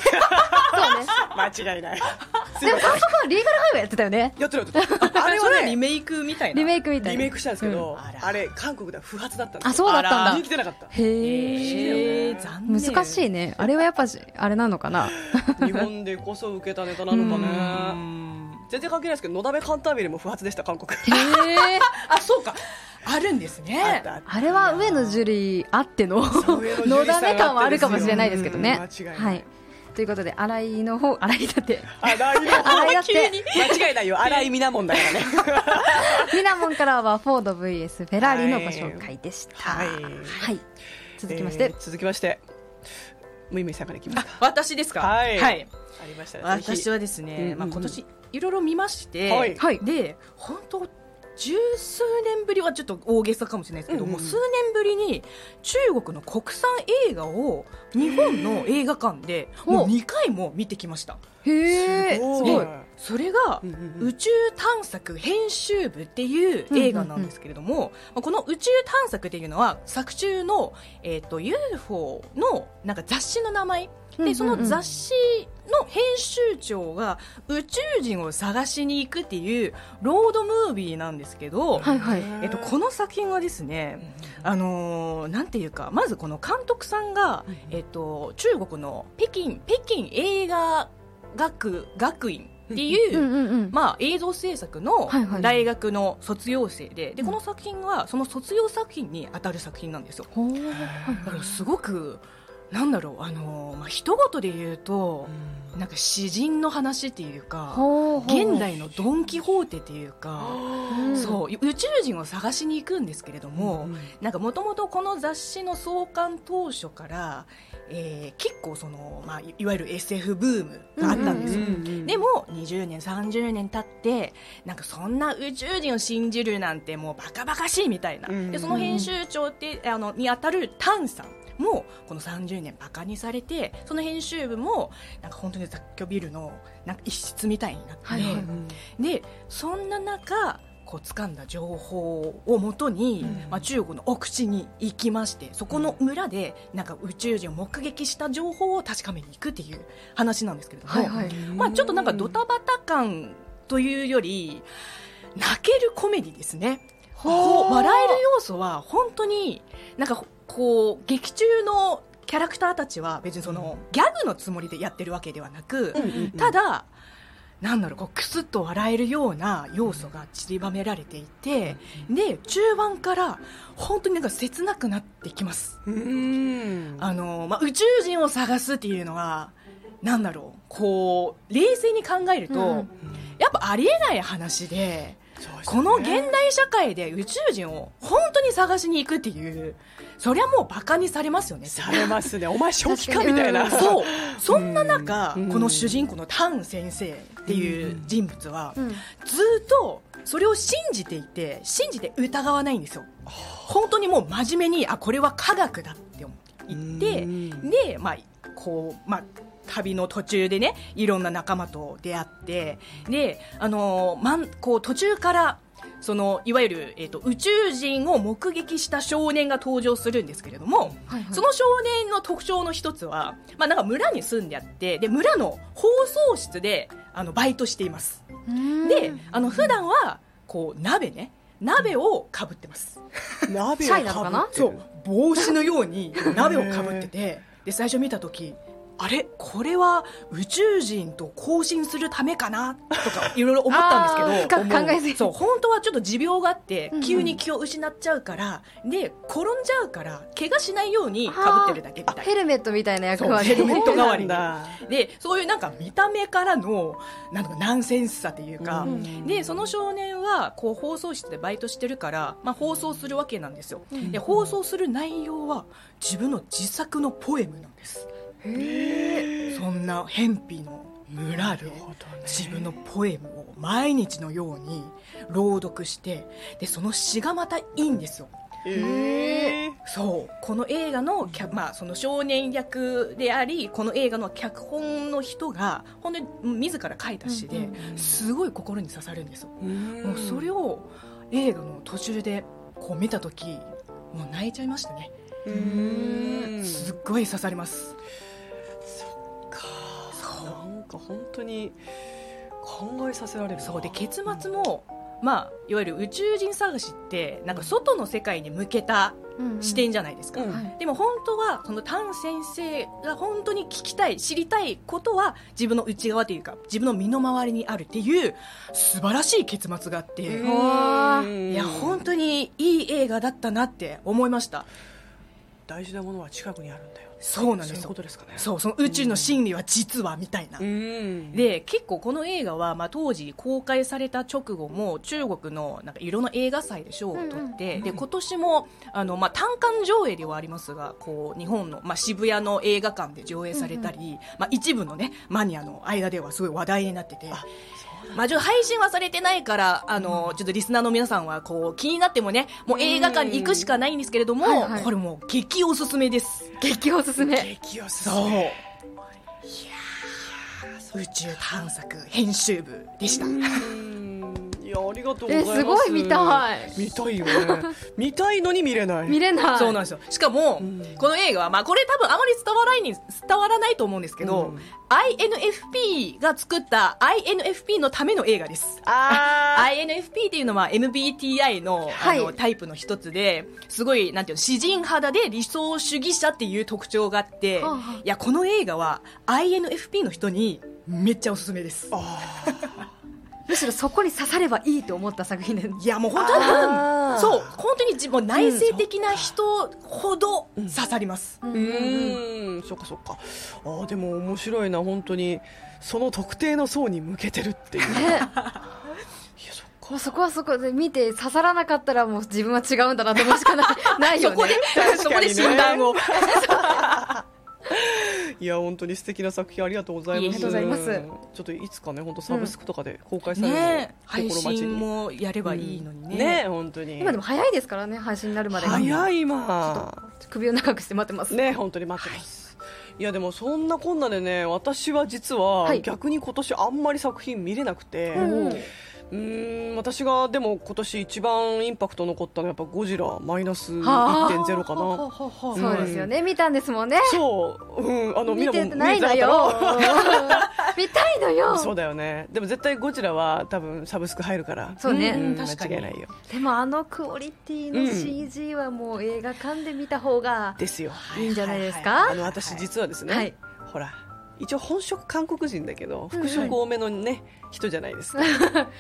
S1: 間違い ないすい
S2: でも
S1: ません
S2: 韓国はリーガルハイウェイやってたよね。
S1: やってるやってるあ
S3: あ
S1: れ
S3: れは
S1: は
S3: リ
S1: ね
S3: メイクみたいな
S2: リメイクみたいな。
S1: リメイクしたんですけど、
S3: うんあら
S1: あれ韓国では不発だったんです
S2: あ、そうだった
S3: あ
S1: 人
S2: ん
S1: 気
S2: だ。
S1: 出なかった
S2: へ
S3: え
S2: え。
S3: ー、残念
S2: 難しいね。あれはやっぱし、 あれなの かな。
S1: 日本でこそ受けたネタなの
S3: う
S1: かね
S3: ん
S1: 全然関係ないですけどのだめカンタービレも不発でした韓 国
S2: へえ。
S3: あそうかあるんですね
S1: あったあった
S2: あれは上野樹里あっての、
S1: そう上野樹里さんあってですよ
S2: のだめ感はあるかもしれないですけどね。
S1: うん間違いない
S2: はい。ということで、新井の方、新井だって、
S1: 洗いの
S2: 洗いだっ
S3: 急
S2: て、
S1: 間違いないよ洗いみなもんだからね
S2: ミナモンからはフォード VS フェラーリのご紹介でした。
S1: はい
S2: はい。続きまして、
S1: えー続きましてむいむいさんからいきますか
S3: 私ですか
S1: はい
S3: はい、
S1: ありましたらぜひ
S3: 私はですね、
S1: うんうん
S3: まあ、今年いろいろ見まして、
S1: はい
S2: はい
S3: で本当十数年ぶりはちょっと大げさかもしれないですけど、
S1: うんうん
S3: もう数年ぶりに中国の国産映画を日本の映画館で
S2: うん
S3: もう2回も見てきました
S2: へえ、す
S1: おー
S2: ごい。
S3: それが
S1: うんうんうん
S3: 宇宙探索編集部っていう映画なんですけれども、まあこの宇宙探索っていうのは作中の、えー、と UFO のなんか雑誌の名前
S2: うんうんう
S3: で
S2: ん
S3: その雑誌の編集長が宇宙人を探しに行くっていうロードムービーなんですけど、
S2: はいはい。
S3: えっと、この作品はですね、あのーなんていうかまずこの監督さんが、えっと、中国の北京北京映画学学院っていう、
S2: うんうんうん。
S3: まあ、映像制作の
S2: はいはい
S3: 大学の卒業生で,、でこの作品はその卒業作品に当たる作品なんですよ
S2: ほーはい
S3: だからすごくなんだろうあのーまあ一言で言うとなんか詩人の話っていうか
S2: ほーほー
S3: 現代のドン・キホーテっていうか
S2: うん
S3: そう宇宙人を探しに行くんですけれども、なんかもともとこの雑誌の創刊当初から、えー結構その、まあ、いいわゆる SF ブームがあったんですよ、
S2: うんうん
S3: でも20年30年経ってなんかそんな宇宙人を信じるなんてもうバカバカしいみたいな、
S1: うん
S3: でその編集長ってあのに当たるタンさんもこの30年バカにされてその編集部もなんか本当に雑居ビルのなんか一室みたいになって、
S2: はいはい
S3: でそんな中こう掴んだ情報をもとに、
S1: うん
S3: まあ、中国の奥地に行きましてそこの村でなんか宇宙人を目撃した情報を確かめに行くっていう話なんですけれども、
S2: はいはい。
S3: まあ、ちょっとなんかドタバタ感というより泣けるコメディですねこう笑える要素は本当になんかこう劇中のキャラクターたちは別にそのギャグのつもりでやってるわけではなく、ただなんだろうこうクスッと笑えるような要素が散りばめられていてで中盤から本当になんか切なくなってきます
S1: うん
S3: あのまあ、宇宙人を探すっていうのはなんだろうこう冷静に考えると、
S2: うん
S3: やっぱありえない話で
S1: そうですね
S3: この現代社会で宇宙人を本当に探しに行くっていうそりゃもうバカにされますよね
S1: されますねお前正気か
S2: 確かに
S1: みたいな
S3: そうそんな中、
S1: うん
S3: この主人公のタン先生っていう人物は、
S2: うん
S3: ずっとそれを信じていて信じて疑わないんですよ本当にもう真面目にあこれは科学だって思って言って、
S1: うん
S3: で、まあこうまあ、旅の途中でねいろんな仲間と出会ってで、あのーまん、こう途中からそのいわゆる、えー、と宇宙人を目撃した少年が登場するんですけれども、
S2: はいはい
S3: その少年の特徴の一つは、まあ、なんか村に住んであってで村の放送室であのバイトしています。であの普段はこう鍋ね鍋をかぶってます
S1: 鍋
S2: シャイなのかな
S1: ぶって
S3: そ
S1: る
S3: う帽子のように鍋をかぶっててで最初見た時あれこれは宇宙人と交信するためかなとかいろいろ思ったんですけど
S2: あー深く考えすぎて
S3: そう本当はちょっと持病があって
S2: うんうん
S3: 急に気を失っちゃうから、で転んじゃうから怪我しないようにかぶってるだけみたい
S2: ヘルメットみたいな役割
S3: そうヘルメット
S1: そ
S3: が
S1: うなんだ
S3: なでそういうなんか見た目からのなんかナンセンスさというか、
S2: うん
S3: でその少年はこう放送室でバイトしてるから、まあ、放送するわけなんですよ、
S2: ん
S3: で放送する内容は自分の自作のポエムなんです
S2: へ
S3: そんな偏僻の村で自分のポエムを毎日のように朗読してでその詩がまたいいんですよ
S1: え
S3: そうこの映画の脚、まあ、その少年役でありこの映画の脚本の人が本当に自ら書いた詩で、すごい心に刺さるんですよ、もうそれを映画の途中でこう見た時もう泣いちゃいましたね、
S1: うん
S3: すっごい刺されます
S1: かなんか本当に考えさせられるな
S3: そうで結末も、まあ、いわゆる宇宙人探しってなんか外の世界に向けた
S2: ー
S3: 視点じゃないですか、
S1: うん
S2: はい
S3: でも本当はそのタン先生が本当に聞きたい知りたいことは自分の内側というか自分の身の回りにあるっていう素晴らしい結末があって、
S1: うん
S2: わ
S3: いや本当にいい映画だったなって思いました
S1: 大事なものは近くにあるんだよ
S3: そうなんですよ
S1: そういうことですかね
S3: そうその宇宙の真理は実はみたいな、
S1: うん
S3: で結構この映画は、まあ、当時公開された直後も中国のなんかいろんな映画祭で賞を取って、で今年もあの、まあ、単館上映ではありますがこう日本の、まあ、渋谷の映画館で上映されたり、まあ、一部の、ね、マニアの間ではすごい話題になってて。まあ、ちょっと配信はされてないから、あの、ちょっとリスナーの皆さんは、こう、気になってもね、もう映画館に行くしかないんですけれども、
S2: うんはいはい
S3: これもう激おすすめです。
S2: 激おすすめ
S1: 激おすす
S3: そう。い
S1: め
S3: やー宇宙探索編集部でした。
S1: うんいやありがとうござい
S2: え
S1: ます
S2: すごい見たい
S1: 見たいよね見たいのに見れない
S2: 見れない
S3: そうなんですよ。しかも、
S1: ん
S3: この映画は、まあこれ多分あまり伝わらないに、伝わらないと思うんですけ
S1: う
S3: ど、
S1: ん
S3: INFP が作った INFP のための映画です。
S1: あ
S3: INFP っていうのは MBTI の,、
S2: はい
S3: あのタイプの一つですごいなんていうの詩人肌で理想主義者っていう特徴があって、
S2: はあはあ
S3: いやこの映画は INFP の人にめっちゃおすすめです
S1: あ
S2: むしろそこに刺さればいいと思った作品で
S3: いやもう本当に
S1: あー
S3: そう本当に自もう内省的な人ほど刺さります、
S1: うーんそっかそっかあーでも面白いな本当にその特定の層に向けてるって いういやそっ
S2: も
S1: か
S2: うそこはそこで見て刺さらなかったらもう自分は違うんだなと思うしか ないないよ
S3: そ
S2: ね
S3: こで、
S1: かにね
S3: そこで診断を
S1: いや本当に素敵な作品ありがとうございます
S2: いえありがとうござい
S1: ますちょっといつかね本当サブスクとかで公開されるのを
S3: ね配
S1: 心待ちに
S3: 信もやればいいのにね,、
S1: ね本当に
S2: 今でも早いですからね配信になるまでが
S1: 早い今
S2: 首を長くして待ってます、
S1: ね本当に待ってます、い、やでもそんなこんなでね私は実は
S2: はい
S1: 逆に今年あんまり作品見れなくて、
S2: うん
S1: うーん私がでも今年一番インパクト残ったのはやっぱゴジラマイナス
S2: はあ
S1: 1.0か
S3: ほ
S1: な
S3: うほうほう
S2: そうですよね見たんですもんね
S1: そう、うん、あの
S2: 見て
S1: みん
S2: ないのよ
S1: 見たかっ
S2: 見たいの
S1: た
S2: よ
S1: そうだよねでも絶対ゴジラは多分サブスク入るから
S2: そうね
S1: ん
S3: 確かに
S1: 間違いないよ
S2: でもあのクオリティ
S1: う
S2: の
S1: ん
S2: CG はもう映画館で見た方が
S1: ですよ
S2: いいんじゃないですか、
S1: あの私実はですね、
S2: はい
S1: ほら一応本職韓国人だけど
S2: うんうん
S1: 服飾多めのね、人じゃない ですか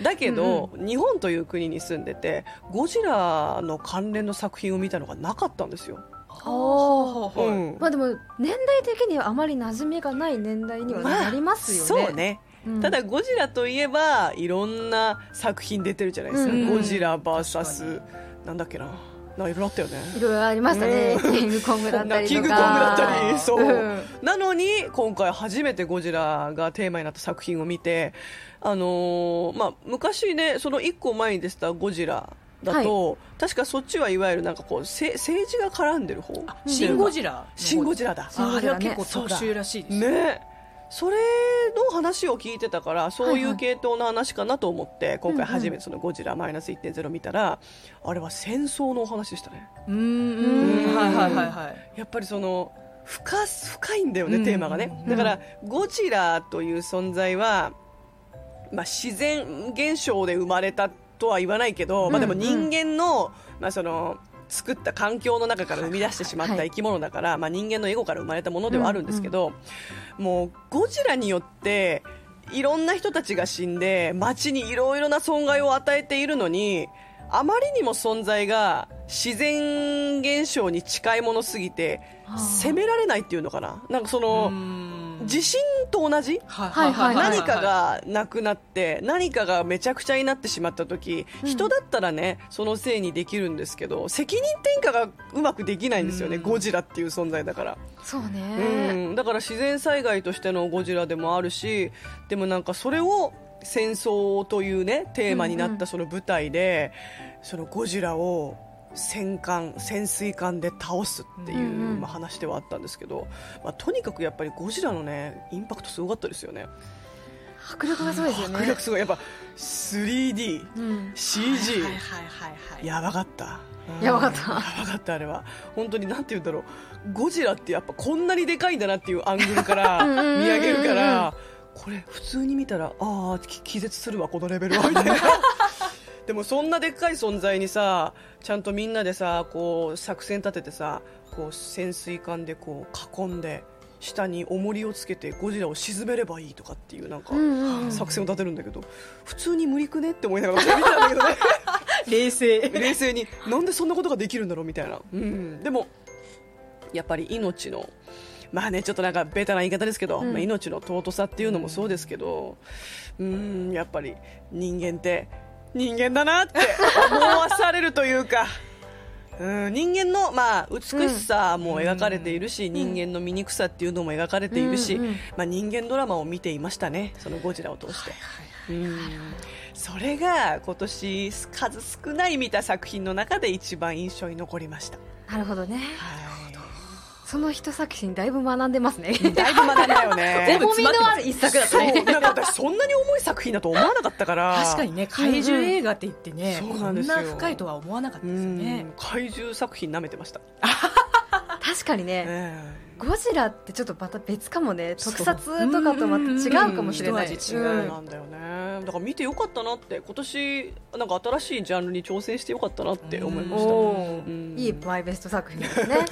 S1: だけど日本という国に住んでてゴジラの関連の作品を見たのがなかったんですよ、
S3: ほうほうほう
S1: うん
S2: まあでも年代的にはあまり馴染みがない年代にはなりますよね。
S1: そうね、
S2: うん
S1: ただゴジラといえばいろんな作品出てるじゃないですか、
S2: うん
S1: ゴジラ
S3: 確
S1: VS なんだっけななんかいろいろあったよね
S2: いろいろありましたね。キングコングだったりと
S1: キ
S2: か。
S1: ングコングだったりそう、
S2: うん
S1: なのに今回初めてゴジラがテーマになった作品を見てあのーまあ昔ねその1個前に出てたゴジラだと、確かそっちはいわゆるなんかこうせ政治が絡んでる方
S3: あシン・ゴジラの方
S1: シンゴジラだ
S2: シンゴ
S3: あ
S2: ジ
S3: れ
S2: ラ
S3: は
S2: ね
S3: 結構特集らしいですね
S1: ねそれの話を聞いてたからそうい
S2: はいうはい
S1: 系統の話かなと思って、今
S2: うんう
S1: 回
S2: ん
S1: 初めてそのゴジラマイナス1.0見たら、あれは戦争のお話でしたね
S3: うーん
S2: うーん
S3: はいはいはいはい
S1: やっぱりその深す深いんだよね、
S3: うん
S1: テーマがね
S3: うん
S1: だからゴジラという存在は、まあ、自然現象で生まれたとは言わないけど、まあ、でも人間の,、まあ、その作った環境の中から生み出してしまった生き物だから、まあ、人間のエゴから生まれたものではあるんですけど、もうゴジラによっていろんな人たちが死んで街にいろいろな損害を与えているのにあまりにも存在が自然現象に近いものすぎて
S2: あー
S1: 責められないっていうのかななんかその地震と同じ
S2: はいはいはい
S1: 何かがなくなって何かがめちゃくちゃになってしまった時、
S2: うん
S1: 人だったらねそのせいにできるんですけど責任転嫁がうまくできないんですよね、
S3: うん
S1: ゴジラっていう存在だから、
S2: そうね。
S1: うんだから自然災害としてのゴジラでもあるしでもなんかそれを戦争というねテーマにな
S2: う
S1: っ
S2: んうん
S1: たその舞台で、そのゴジラを戦艦潜水艦で倒すっていう、
S2: うんうん
S1: まあ、話ではあったんですけど、まあ、とにかくやっぱりゴジラのねインパクトすごかったですよね。
S2: 迫力がすごいですよね。
S1: 迫力すごいやっぱ 3DCG、
S2: うん。
S3: はいはいはいはい
S1: やばかったうん
S2: やばかった
S1: やばかったあれは本当になんて言うんだろうゴジラってやっぱこんなにでかいんだなっていうアングルから
S2: うんうんうんうんうん
S1: 見上げるからこれ普通に見たらああき気絶するわこのレベルはみたい なでもそんなでっかい存在にさちゃんとみんなでさこう作戦立ててさこう潜水艦でこう囲んで下に重りをつけてゴジラを沈めればいいとかっていうなんか、
S2: うんうんうん
S1: 作戦を立てるんだけど普通に無理くねって思いながら見てたんだけどね
S3: 冷静
S1: 冷静になんでそんなことができるんだろうみたいな、うん、でもやっぱり命のまあねちょっとなんかベタな言い方ですけど、
S2: うん
S1: まあ命の尊さっていうのもそうですけどうんやっぱり人間って人間だなって思わされるというか。うん、人間の、まあ、美しさも描かれているし、人間の醜さっていうのも描かれているし、
S2: うんうん
S1: まあ、人間ドラマを見ていましたねそのゴジラを通して、うんそれが今年数少ない見た作品の中で一番印象に残りました、
S2: なるほどね。
S1: はい、
S2: その一作品だいぶ学んでますね。
S1: だいぶ学んだよね
S3: 全部
S2: 重みのある一作だった
S1: そう
S2: ね。
S1: なんか私そんなに重い作品だと思わなかったから
S3: 確かにね怪獣映画って言ってね、
S1: うんうんそう
S3: こ
S1: なんで
S3: ん
S1: すよ
S3: な深いとは思わなかった
S1: う
S3: ですよね
S1: ん、怪獣作品舐めてました、
S2: 確かにね。
S1: ええ
S2: ゴジラってちょっとまた別かもね。
S1: そう
S2: 特撮とかとまた違うかもしれない。
S3: うん一味
S1: 違う
S2: うん
S1: なんだよね、だから見てよかったなって今年なんか新しいジャンルに挑戦してよかったなって思いました、
S2: お
S1: う
S2: ー
S1: ん
S2: いいマイベスト作品ですね。はい。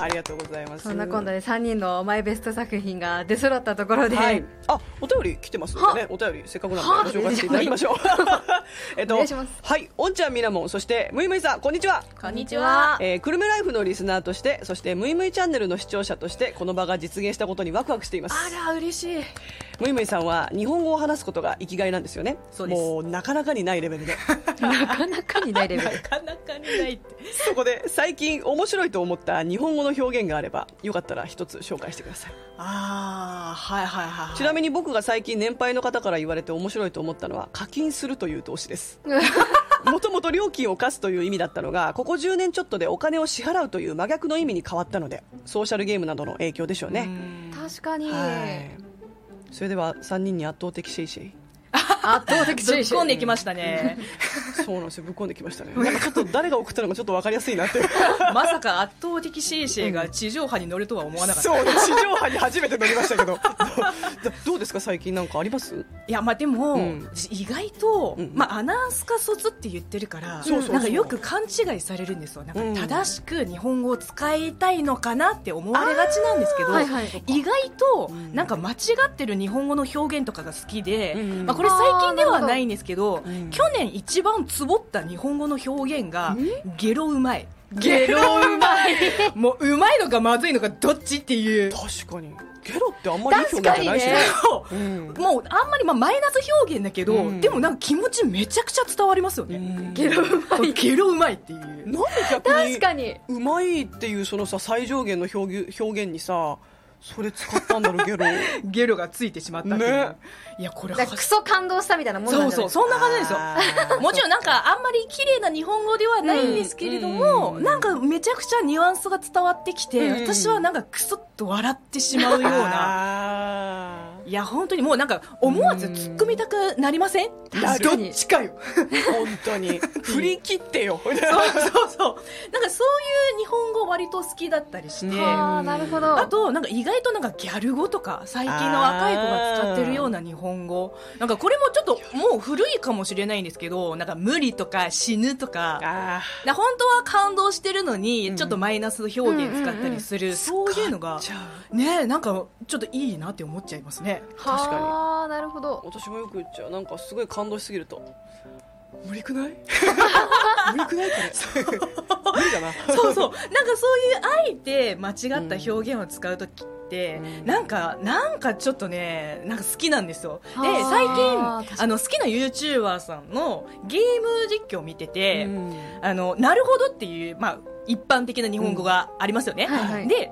S1: ありがとうございます
S2: そんな今度で3人のマイベスト作品が出揃ったところで、
S1: はい、あお便り来てますのでねお便りせっかくなのでご紹介していただきましょう えっ
S2: お
S1: と
S2: 願いします
S1: はいおんちゃんみなもんそしてむいむいさんこんにちは
S3: こんに
S2: ちは
S1: えー、くるめライフのリスナーとしてそしてむいむいチャンネルの視聴者としてこの場が実現したことにワクワクしています
S3: あら嬉しい
S1: むいむいさんは日本語を話すことが生きがいなんですよね
S3: そうです
S1: もうなかなかにないレベルで
S2: なかなかにないレベル
S3: な。かなかにないって
S1: そこで最近面白いと思った日本語の表現があればよかったら一つ紹介してください
S3: ああはいはいはい、はい、
S1: ちなみに僕が最近年配の方から言われて面白いと思ったのは課金するという投資ですもともと料金を課すという意味だったのがここ10年ちょっとでお金を支払うという真逆の意味に変わったのでソーシャルゲームなどの影響でしょうね、
S2: 確かに。
S1: はいそれでは3人に圧倒的シェイシェイ
S2: 圧倒的
S3: ぶっ
S2: 選手
S3: 込んできましたね
S1: そうなんですよぶっ込んできましたねなんかちょっと誰が送ったのかちょっと分かりやすいなって
S3: まさか圧倒的シェイシェイが地上波に乗るとは思わなかった
S1: そうね地上波に初めて乗りましたけど どどうですか最近なんかあります
S3: いやまあでも、
S1: うん
S3: 私意外と、
S1: うん
S3: まあ、アナウンスか卒って言ってるから、
S1: そうそうそう
S3: なんかよく勘違いされるんですよなん
S1: うん
S3: か正しく日本語を使いたいのかなって思われがちなんですけど、
S2: はいはい。
S3: 意外と
S1: うん
S3: なんか間違ってる日本語の表現とかが好きで、
S1: うん
S3: まあ、これ最近ではないんですけど
S1: あーなるほど
S3: 去年一番つぼった日本語の表現がゲロうまい
S1: ゲロうまい
S3: もううまいのかまずいのかどっちっ ていう
S1: 確かにゲロってあんまりいい表現じゃないし
S2: 確
S1: うん
S3: もうあんまりまあマイナス表現だけど、
S1: うん
S3: でもなんか気持ちめちゃくちゃ伝わりますよね、
S1: ゲロ
S3: うまいゲロうまいっていう
S1: なんで逆に
S2: 確かに。
S1: うまいっていうそのさ最上限の表現表現にさそれ使ったんだろうゲロ
S3: ゲロがついてしまったっていう、
S1: ね
S3: いやこれ
S2: だからクソ感動したみたいなもんな
S3: そ
S2: ん
S3: う
S2: じゃな
S3: そ
S2: いう
S3: そんな感じですよ
S1: よ
S3: もちろんなんかあんまり綺麗な日本語ではないんですけれども、
S1: うん
S3: なんかめちゃくちゃニュアンスが伝わってきて、
S1: うん
S3: 私はなんかクソッと笑ってしまうような
S1: な
S3: いや本当にもうなんか思わず突っ込みたくなりません
S1: なる
S3: どっちかよ
S1: 本当に振り切ってよ
S3: そうそうそうなんかそういう日本語割と好きだったりしてあ
S2: ああ、なるほど。
S3: となんか意外となんかギャル語とか最近の若い子が使ってるような日本語なんかこれもちょっともう古いかもしれないんですけどなんか無理とか死ぬとか
S1: あ
S3: な本当は感動してるのに、ちょっとマイナス表現使ったりする、そういうのが
S1: じゃあ
S3: ねなんかちょっといいなって思っちゃいますね
S1: 確かに
S2: ああ、なるほど。
S1: 私もよく言っちゃうなんかすごい感動しすぎると無理く ない無理くないこれ無理だな
S3: そうそうなんかそういうあえて間違った表現を使う時って、
S1: うん
S3: なんかなんかちょっとねなんか好きなんですよで
S2: あー
S3: 最
S2: 確かに
S3: 近あの好きな YouTuber さんのゲーム実況を見てて、
S1: うん
S3: あのなるほどっていう、まあ、一般的な日本語がありますよね、
S2: うんはいはい
S3: で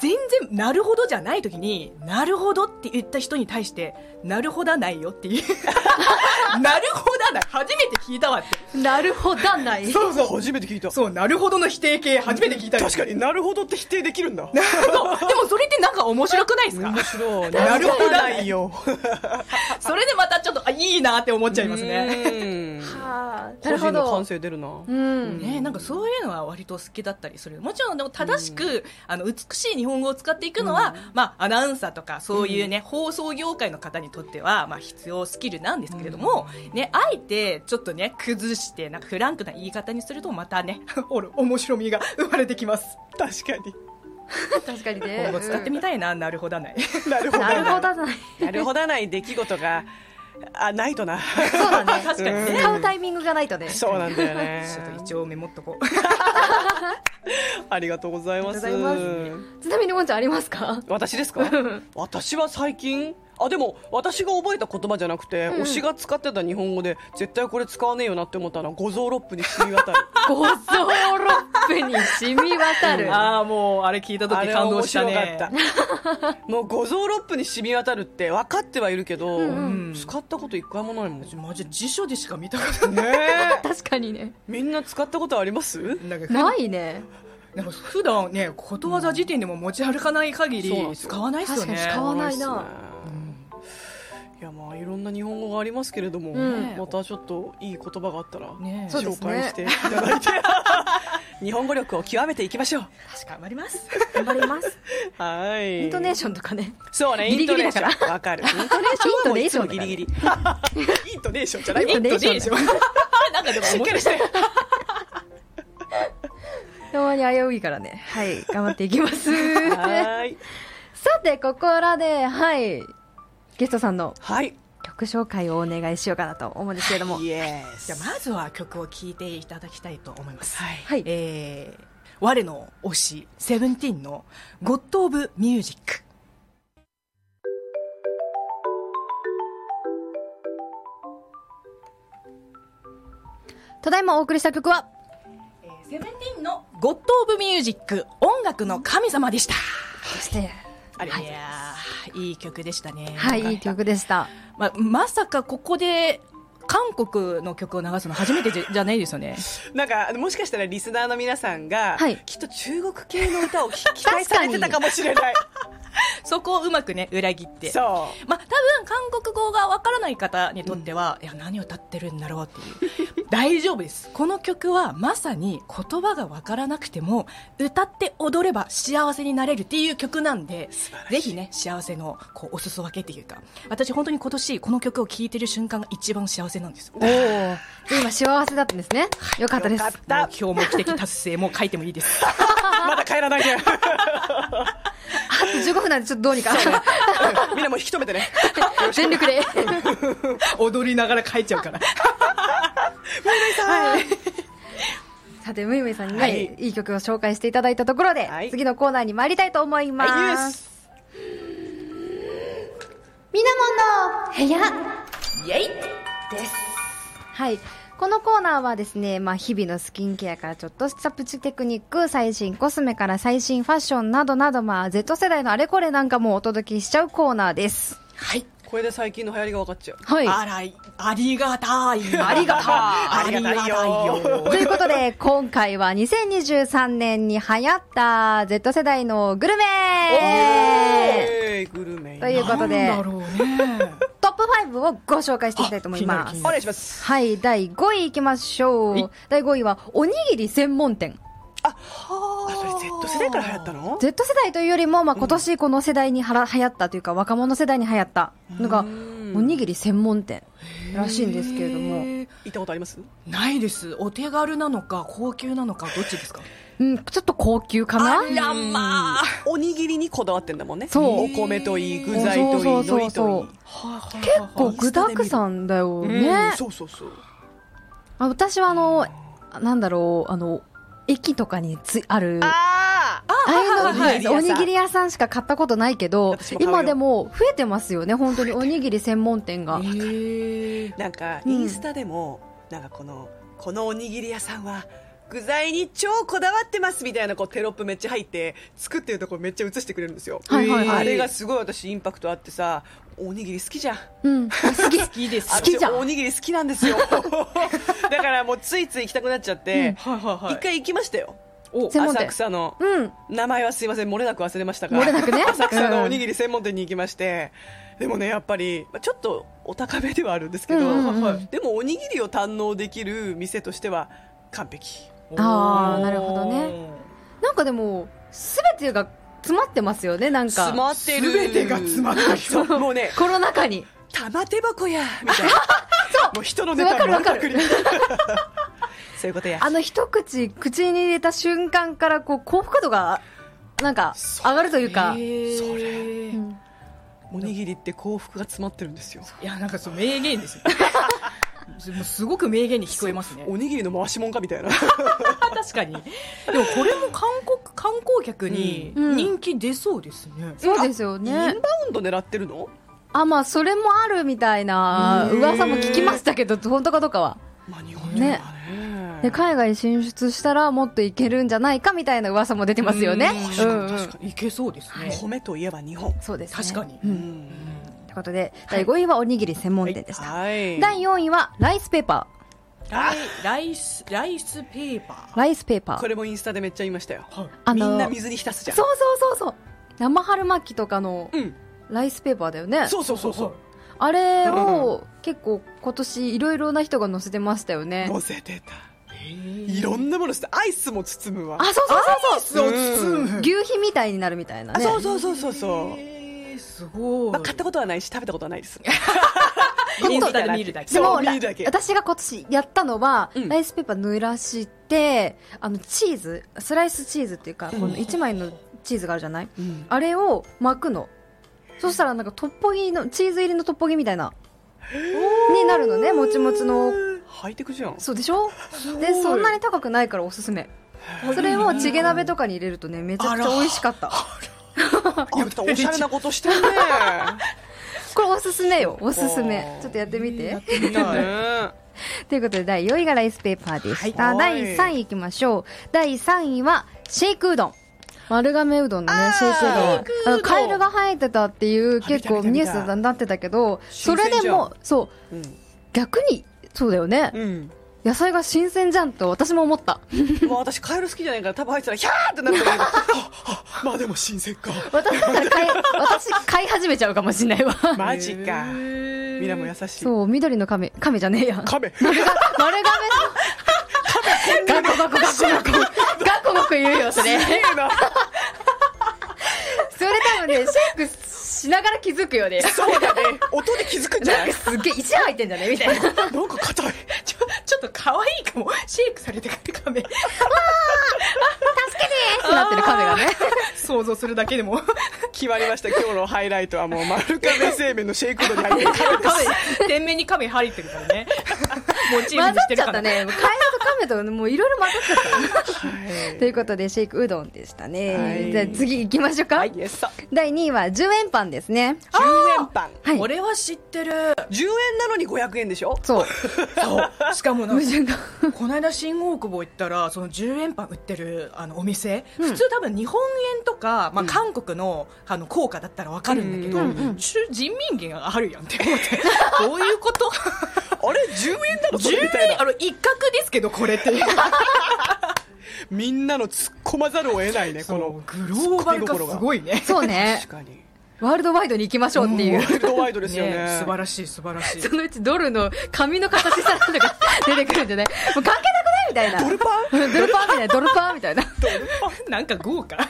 S3: 全然なるほどじゃない時になるほどって言った人に対してなるほどないよっ ていうなるほどない初めて聞いたわって
S2: なるほどない。
S3: そうそう
S1: 初めて聞いた
S3: そうなるほどの否定形初めて聞いたよ
S1: 確かになるほどって否定できるんだ
S3: そうでもそれってなんか面白くないですか
S1: 面白い
S3: なるほど
S1: ないよ
S3: それでまたちょっとあいいなって思っちゃいますね
S1: ね
S2: はあ、
S1: 個
S2: なるほ
S1: 人の
S2: ど
S1: 感。性出るな
S2: うん。
S3: ね、なんかそういうのは割と好きだったりするもちろんでも正しく、あの美しい日本語を使っていくのは、まあ、アナウンサーとかそういう、ね放送業界の方にとっては、まあ、必要スキルなんですけれども、ね、あえてちょっと、ね、崩してなんかフランクな言い方にするとまたね おる面白みが生まれてきます
S1: 確かに
S2: 確かにね。
S3: 今後使ってみたいな、なるほどない
S1: なるほ
S2: うん
S1: ど
S2: なるほどない。
S1: なるほどない出来事があないとな
S2: そうだね。
S3: 確かにね
S2: 使うタイミングがないとね。
S1: そうなんだよね
S3: ちょっと一応メモっとこう
S1: ありがとうございます
S2: ありがとうごちなみに、もんちゃんありますか
S1: 私ですか私は最近あでも私が覚えた言葉じゃなくて、推しが使ってた日本語で絶対これ使わねえよなって思ったのは五臓六腑に染み渡る
S2: 五臓六腑に染み渡 る。
S3: ああもうあれ聞いた
S1: あ
S3: 時
S1: れは
S3: 感動
S1: 面
S3: した
S1: 白かっ
S3: ね
S1: たもう五臓六腑に染み渡るって分かってはいるけど、
S3: んうん
S1: 使ったこと一回もないもんね
S3: マジ辞書でしか見たことない
S1: え
S2: 確かにね。
S1: みんな使ったことあります
S3: なんか
S2: ないね。
S3: なんか普段ねことわざ辞典でも持ち歩かない限
S1: そうなんで
S3: り
S1: すよ
S3: 使わないですよね
S2: 確かに使わないな
S1: っすねいやまあいろんな日本語がありますけれども、
S2: うん
S1: またちょっといい言葉があったら、
S3: ねえ
S2: そうです
S1: 紹
S2: ね
S1: 介していただいて日本語力を極めていきましょう
S3: 確かに頑張ります
S2: 頑張ります。
S1: はい
S2: イントネー
S1: シ
S2: ションとかね。
S1: ョンそうね
S2: ギリギリだから
S1: イントネーションわかるイントネーションはもういつもギリギリイントネーションじゃないわ
S2: イントネーション
S1: イントネーシ
S3: なんかでも
S1: ョンしっかりして
S2: たまに危ういからね。はい。頑張っていきます。
S1: はい
S2: さて、ここらで、はい。ゲストさんの
S1: はい
S2: 曲紹介をお願いしようかなと思うんですけれども。
S1: イエス
S3: じゃあまずは曲を聴いていただきたいと思います、
S1: はい
S2: はい。
S3: えー我の推しセブンティーンの「ゴッド・オブ・ミュージック」
S2: ただいまお送りした曲は、
S3: セブンティーンの「ゴッド・オブ・ミュージック音楽の神様」でした
S2: そして、
S1: ありがとう
S3: い
S1: ござい
S3: やーいい曲でしたね
S2: はい、いい曲でした。
S3: ままさかここで韓国の曲を流すの初めてじゃじゃないですよね
S1: なんかもしかしたらリスナーの皆さんが、
S2: はい
S1: きっと中国系の歌を聞き期待されてたかもしれない
S3: そこをうまくね裏切って
S1: そう
S3: まあ、多分韓国語がわからない方にとっては、いや何を歌ってるんだろうっていう 大丈夫ですこの曲はまさに言葉がわからなくても歌って踊れば幸せになれるっていう曲なんでぜひね幸せのこうお裾分けっていうか私本当に今年この曲を聴いてる瞬間が一番幸せなんですよ
S2: おーで今、幸せだったんですね。よかったです。
S1: よかっ
S3: 目
S1: た
S3: 標目的達成も書いてもいいです
S1: まだ帰らないで
S2: あと15分なんで、ちょっとどうにか。
S1: みんなもう引き止めてね
S2: 全力で。
S3: 踊りながら書いちゃうから
S2: さて、むいむいさんにね、
S1: はいい、
S2: い曲を紹介していただいたところで、
S1: はい
S2: 次のコーナーに参りたいと思います。
S1: はいニュース
S2: みなもんの部屋
S3: イエイ
S2: はい。このコーナーはですね、まあ、日々のスキンケアからちょっとしたプチテクニック、最新コスメから最新ファッションなどなど、まあ、Z 世代のあれこれなんかもお届けしちゃうコーナーです。
S3: はい
S1: これで最近の流行りが分かっちゃう
S2: はい。
S3: あらいありがたい
S2: ありがたい
S3: ありがたいよ
S2: というこ とで、今回は2023年に流行った Z 世代のグルメ
S1: えー、グルメ
S2: ということで
S3: なんだろう ね。
S2: トップ5をご紹介していきたいと思いま
S3: あ気
S2: す
S3: に
S1: お
S3: なる
S1: 願いします
S2: はい第5位いきましょ
S3: はいう
S2: 第5位はおにぎり専門店
S1: あそれ Z 世代から流行ったの
S2: Z 世代というよりも、まあ、今年この世代にはら流行ったというか若者世代に流行ったのが
S1: うん
S2: おにぎり専門店らしいんですけれども、
S3: へー
S1: 行ったことあります
S3: ないです。お手軽なのか高級なのかどっちですか。
S2: うん、ちょっと高級かな
S3: らまあ。
S1: おにぎりにこだわってんだもんね
S2: そう
S1: お米といい具材といい海
S2: そうそうそう
S1: 苔
S2: そう
S1: といい
S3: 結
S2: こう具だくさんだよね、
S1: うんそうそうそう
S2: あ私はあのなんだろうあの駅とかにつあるあ
S1: ああ
S2: あいうの、
S1: はいはい
S2: おにぎり屋さんしか買ったことないけど
S1: 私も買うよ
S2: 今でも増えてますよね本当におにぎり専門店
S1: な
S2: が、
S1: んか
S2: うん
S1: インスタでも、なんかこのこのおにぎり屋さんは具材に超こだわってますみたいなこうテロップめっちゃ入って作ってるところめっちゃ映してくれるんですよ、
S2: はいはい
S1: あ
S2: はい、
S1: れがすごい私インパクトあってさおにぎり好きじゃん
S2: うん、好き好
S3: きです
S2: 好きじゃ
S1: 私お
S2: ん
S1: にぎり好きなん ですよだからもうついつい行きたくなっちゃって、
S3: はいはいはい。
S1: 一回行きましたよ
S3: お
S2: 専門店
S1: 浅草の
S2: うん
S1: 名前はすいません漏れなく忘れましたが
S2: 漏れなくね
S1: 浅草のおにぎり専門店に行きまして、でもねやっぱりまあちょっとお高めではあるんですけど、
S2: うんうんうん
S1: はいでもおにぎりを堪能できる店としては完璧
S2: あーなるほどね。なんかでも全てが詰まってますよねなんか
S1: って
S3: 全てが詰まってる
S1: そうもうね
S2: コロナ禍に
S1: 玉手箱やみたいなもう人のネ
S2: わか
S1: タ
S2: るわか
S1: 丸
S2: る
S1: パクリ そういうことや
S2: あの一口口に入れた瞬間からこう幸福度がなんか上がるというか、
S3: そ
S2: う
S3: れ。
S2: ん
S1: おにぎりって幸福が詰まってるんですよ
S3: いやなんかそう名言ですよ。 もうすごく名言に聞こえますね。
S1: おにぎりの回しもんかみたいな
S3: 確かに。でもこれも韓国観光客に
S2: うん
S3: 人気出そうですね。
S2: そうですよ
S1: インバ
S2: ね
S1: ウンド狙ってるの
S2: あまあそれもあるみたいな
S3: うん
S2: 噂も聞きましたけど本当かどうかは
S1: まあ日本人はね
S2: で海外進出したらもっといけるんじゃないかみたいな噂も出てますよね
S3: うん
S2: うんう
S3: 確か
S2: ん
S3: に確かにいけそうですね。
S1: 米といえば日本
S2: そうです、ね、
S3: 確かに。
S1: う
S2: う
S1: んん
S2: ということで第5位はおにぎり専門店でした、
S1: はい
S2: 第4位はライスペーパ
S1: あ
S3: ライスライスペーパ
S2: ーライスペーパー
S1: これもインスタでめっちゃ言いましたよ
S3: ー。はい。
S2: あ
S1: み
S2: の
S1: んな水に浸すじゃん
S2: そうそうそうそう生春巻きとかの
S1: うん
S2: ライスペーパーだよね
S1: そうそうそうそう
S2: あれを結構今年いろいろな人が載せてましたよね
S1: 乗せてたいろんなものしてアイスも包むわ
S2: あそうそうそうそう
S1: アイスを包む
S2: 牛皮みたいになるみたいな
S1: あ
S2: ね
S1: そうそうそうそうそう
S3: えーすごい。
S1: まあ買ったことはないし食べたことはないです
S3: インスタで見るだけ
S2: で
S1: そう
S2: も
S1: 見るだけ
S2: ら私が今年やったのは、
S1: うん
S2: ライスペーパー濡らしてあのチーズスライスチーズっていうか、この1枚のチーズがあるじゃない
S1: うん
S2: あれを巻くのそしたらなんかトッポギのチーズ入りのトッポギみたいなになるのねもちもちの
S1: ハイテクじゃん
S2: そうでしょ
S3: ごい
S2: でそんなに高くないからおすすめそれをチゲ鍋とかに入れるとねめちゃくちゃ美味しかった
S1: あんたおしゃれなことしてるね
S2: これおすすめよおすす
S1: あ
S2: め
S1: ー
S2: ちょっとやってみて
S1: みんなね
S2: ということで第4位がライスペーパーでした、
S1: はい
S2: 第3位いきましょう第3位はシェイクうどん丸亀うどんのねシェイクうど
S1: シ
S2: ん
S1: ェイ
S3: クうどん
S2: あのカエルが生えてたっていう
S1: あ
S2: 結構
S1: 見た見
S2: ニュ
S1: た見た
S2: ースになってたけど
S1: 新
S2: それ
S1: 鮮じゃん
S2: でもそう
S1: うん
S2: 逆にそうだよね、
S1: うん
S2: 野菜が新鮮じゃんと私も思った
S1: まあ私カエル好きじゃないから多分入ってたらヒャーってなったけどはは まあでも新鮮か
S2: 私だったら買い 私買い始めちゃうかもしれない わ
S1: マジかみんなも優しい
S2: そう緑の亀亀じゃねえや
S1: カ メ
S2: 丸が丸亀のガコガコガコガコガコガコ言うよそれ
S1: すげえな
S2: それ多分ね、シェイクしながら気づくよね。
S1: そうだね音で気づくんじゃ
S2: な
S1: なんい
S2: かすっげえ石入ってんじゃねみたいな。
S1: なんか硬い
S3: ちょちょっと可愛いかもシェイクされてくる カメ
S2: ってなってる亀がね。
S3: 想像するだけでも
S1: 決まりました今日のハイライトはもう丸亀製麺のシェイクうどんに入 ってる
S3: 天面にカメ入ってるか らねモチ
S2: 混
S3: ー
S2: ざ
S3: フにして
S2: っ
S3: る
S2: ちゃ
S3: か
S2: った
S3: ら
S2: ね。もうカエルと亀とねもういろいろ混ざっちゃった。ということで、シェイクうどんでしたね。
S1: はい
S2: じゃあ次行きましょうか。
S1: はいイエスさ
S2: 第2位は10円パンですね。
S1: 10円パン
S2: はい。
S3: 俺は知ってる
S1: 10円なのに500円でしょ
S2: そう。
S3: そうしかもな
S2: 矛盾が。
S3: この間新大久保行ったらその10円パン売ってるあのお店、普通多分日本円とか、まあ、韓国のあの硬貨だったらわかるんだけど、
S2: うんうんうん
S3: 中人民元があるやんって思ってどういうこと
S1: あれ10円なのそ
S3: 10
S1: れみたい
S3: 円
S1: な
S3: あの一角ですけどこれっていう
S1: みんなの突っ込まざるを得ないねこの
S3: グローバル化す
S1: 突っ込み心が
S3: ごいね
S2: そうね。
S1: 確かに
S2: ワールドワイドに行きましょうっていう、
S1: ワイルドワイドですよね
S3: ね素晴らしい素晴らし い
S2: そのうちドルの紙の形したのが出てくるんじゃないもう関係なくないみたいな
S1: ドルパン
S2: うんドルパンみたいなドルパンみたいなち
S3: なんか豪華
S2: ょ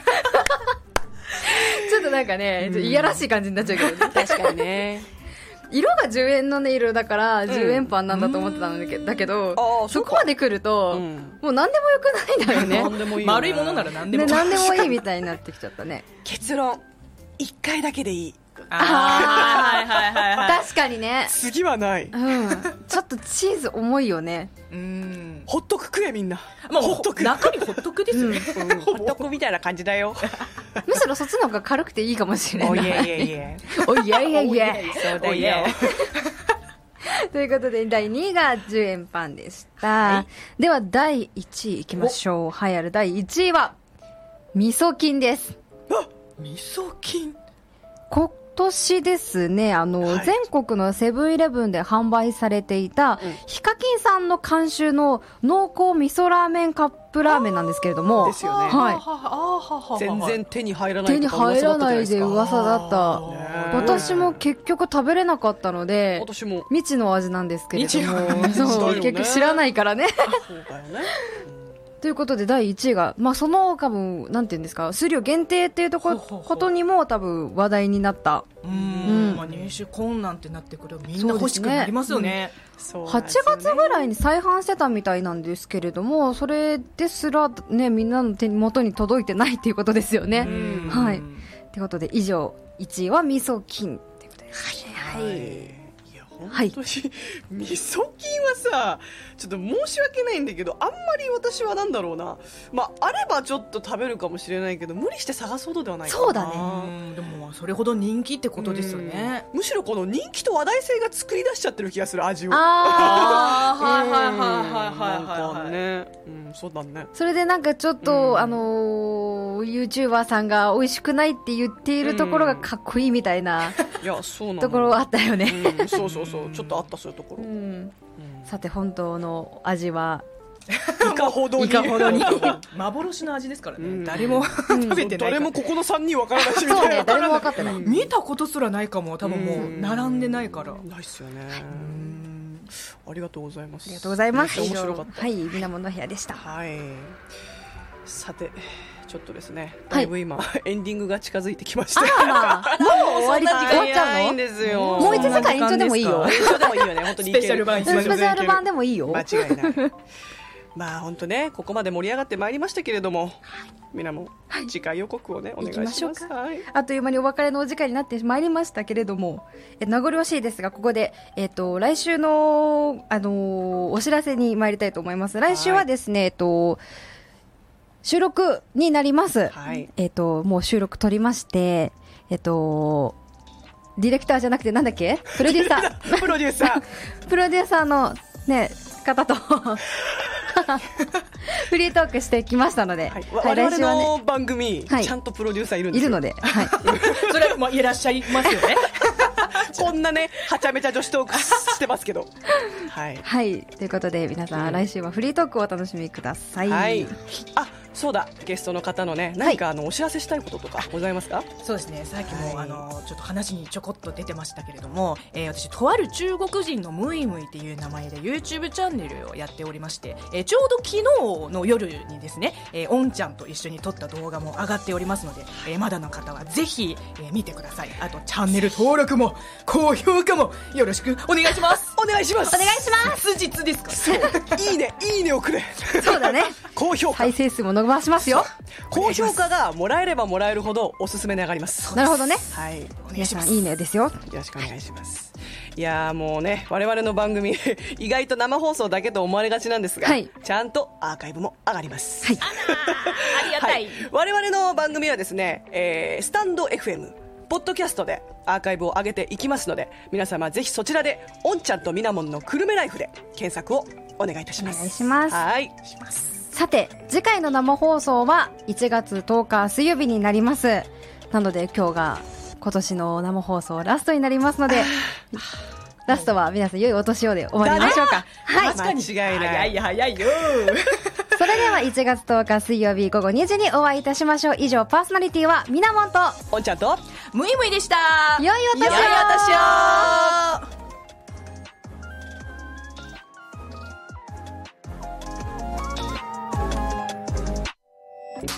S2: っとなんかねちょっといやらしい感じになっちゃうけど、ね、
S1: 確かにね
S2: 色が10円の、ね、色だから10円パンなんだと思ってたんだけど,、だけど
S1: あーそ
S2: そ
S1: っか
S2: こまで来ると、
S1: うん
S2: もう何でもよくない んだよ
S1: 何
S2: ね
S1: でもいいよね
S3: 丸いものなら何でも、
S2: ね何でも いいみたいになってきちゃったね
S1: 結論1回だけでいい
S3: あーはいはいはいはい
S2: 確かにね
S1: 次はない
S2: うんちょっとチーズ重いよね
S3: うん
S1: ほっとく食えみんな
S3: まあ
S1: ほっとく
S3: 中にほっとくですよね、
S1: ほっとくみたいな感じだ よ
S2: むしろそっちの方が軽くていいかもしれ
S1: お
S2: ない
S1: い
S2: い
S1: えいえいえ
S2: おいやいやいや
S1: そう
S3: おいえ
S2: ということで第2位が10円パンでした、
S1: は
S2: では第1位いきましょう栄えある第1位は味噌菌です
S3: 味噌菌
S2: 今年ですね、あの、
S1: はい
S2: 全国のセブンイレブンで販売されていた、ヒカキンさんの監修の濃厚味噌ラーメンカップラーメンなんですけれども、
S1: ですよね
S2: はい
S3: あははあはは
S1: 全然手に入らない
S2: 手
S1: と
S2: に
S1: か噂だったじゃ
S2: 入らないい
S1: です
S2: で
S1: か
S2: 噂だった。
S1: ねえ
S2: 私も結局食べれなかったので、
S1: 私も
S2: 未知の味なんですけれども、
S1: 未知の味
S2: そう、
S1: だよね
S2: 結局知らないからね。
S1: そうだよね
S2: ということで第1位が、まあ、その多分、なんていうんですか、数量限定っていうとこ
S3: ほうほうほう
S2: ことにも多分話題になった。
S3: うん、
S2: うん
S3: まあ、入手困難ってなってくるとみんな欲しくなりますよね
S1: そうなん
S2: 8
S1: ですよね
S2: 月ぐらいに再販してたみたいなんですけれども、それですら、ね、みんなの手元に届いてないっていうことですよね。
S1: んう
S2: はいってことで、以上、1位は味噌菌ってことですね。はい。
S1: いや本
S2: はい
S1: 当に味噌菌はさちょっと申し訳ないんだけどあんまり私はなんだろうなまああればちょっと食べるかもしれないけど無理して探すほどではないかな
S2: そうだね
S3: うんでもそれほど人気ってことですよね
S1: うんむしろこの人気と話題性が作り出しちゃってる気がする味を
S2: あー
S3: はいはいはい
S1: なん
S3: はいはい
S1: か
S3: はい
S1: ねうんそうだね
S2: それでなんかちょっと、
S1: うん
S2: あのー、YouTuber さんが美味しくないって言っているところがかっこいいみたいない
S1: やそうなの
S2: ところあったよね。
S1: うんそうそうそうちょっとあったそういうところ
S2: うんさて、本当の味は、
S1: いかほどに
S3: いかほどに
S1: 本
S3: 幻の味ですからね、
S1: うん
S3: 誰も食べ
S1: 当
S3: てない
S1: 誰
S3: から
S1: もここの三人わからないしみ
S2: そう
S1: たい
S2: ね
S1: な、
S2: 誰も分かってない。
S3: 見たことすらないかも多分もう
S1: うん
S3: 並んでないから、
S1: ないっすよねうんありがとうございます
S2: ありがとうございます。
S1: めっちゃ面白かっ
S2: 以上はい、みなもんの部屋でした。
S1: たはいさてちょっとですね
S2: は
S1: だ
S2: い
S1: いぶ今、 エンディングが近づいてきまして
S2: あらまあ、もう終わり、終わっちゃ
S1: 早い
S2: うんの
S1: ですよ
S2: もう一世界延長でもいいよ。
S1: 一緒でもいいよね本当にいける
S3: スペシャル版
S2: スペシャル版でもいいよ。
S1: 間違いないまあ本当ねここまで盛り上がってまいりましたけれども、みなもん次回予告をね、お願いします
S2: 行きましょうか
S1: はい
S2: あっという間にお別れのお時間になってまいりましたけれども、え名残惜しいですが、ここで、えっ、と、来週の、あのーお知らせに参りたいと思います。来週はですね、えっと、収録になります。
S1: はい
S2: えっと、もう収録取りまして、えっと、ディレクターじゃなくて、なんだっけプロデューサ ー。
S1: プロデューサー
S2: プロデューサーのね、方と、 フリートークしてきましたの
S1: は
S2: で、
S1: い、
S2: はい
S1: 我々
S2: 来週はね、
S1: の番組、
S2: はい
S1: ちゃんとプロデューサーいるんで
S2: い
S1: す
S2: る
S1: よ
S2: ので、はい。
S3: それはまあいらっしゃいますよね
S1: こんなねはちゃめちゃ女子トークしてますけどはい
S2: はい、ということで皆さん来週はフリートークをお楽しみください。
S1: はい、あそうだゲストの方のね何かあのお知らせしたいこととかございますか、
S3: そうですねさっきも、
S1: はい
S3: あのちょっと話にちょこっと出てましたけれども、えー私とある中国人のムイムイっていう名前で YouTube チャンネルをやっておりまして、えーちょうど昨日の夜にですね、えー、おんちゃんと一緒に撮った動画も上がっておりますので、えーまだの方はぜひ、えー見てくださいあとチャンネル登録も高評価もよろしくお願いします
S1: お願いしますお願いし
S3: 数日ですか
S1: ますいいねいいねをくれ
S2: そうだね。
S1: 高評価
S2: 再生数も伸ばしますよ。
S1: 高評価がもらえればもらえるほどおすすめに上がります
S2: なるほどね。
S1: はい
S3: お願い
S2: 皆
S3: し
S2: さ
S3: ま
S2: ん
S3: す
S2: いいねですよ。
S1: よろしくお願いします。いやーもうね、我々の番組、 意外と生放送だけと思われがちなんですが、
S2: はい
S1: ちゃんとアーカイブも上がります。
S2: はい。
S3: ありが
S1: はい、我々の番組はですね、えースタンド FM ポッドキャストでアーカイブを上げていきますので皆様ぜひそちらで「おんちゃんとみなもんのくるめライフ」で検索をお願いいたします
S2: お願いします
S1: はい
S2: さて、次回の生放送は1月10日水曜日になります。なので今日が今年の生放送ラストになりますの で、ラストは皆さん良いお年をで終わりましょうか。
S1: はい
S3: 確かに
S1: 間違いない
S3: 早い早いよ
S2: それれでは1月10日水曜日午後2時にお会いいたしましょう。以上、パーソナリティはみなもんと、
S1: おんちゃんと
S3: ムイムイでした
S2: 良いお年を
S3: 良いお年を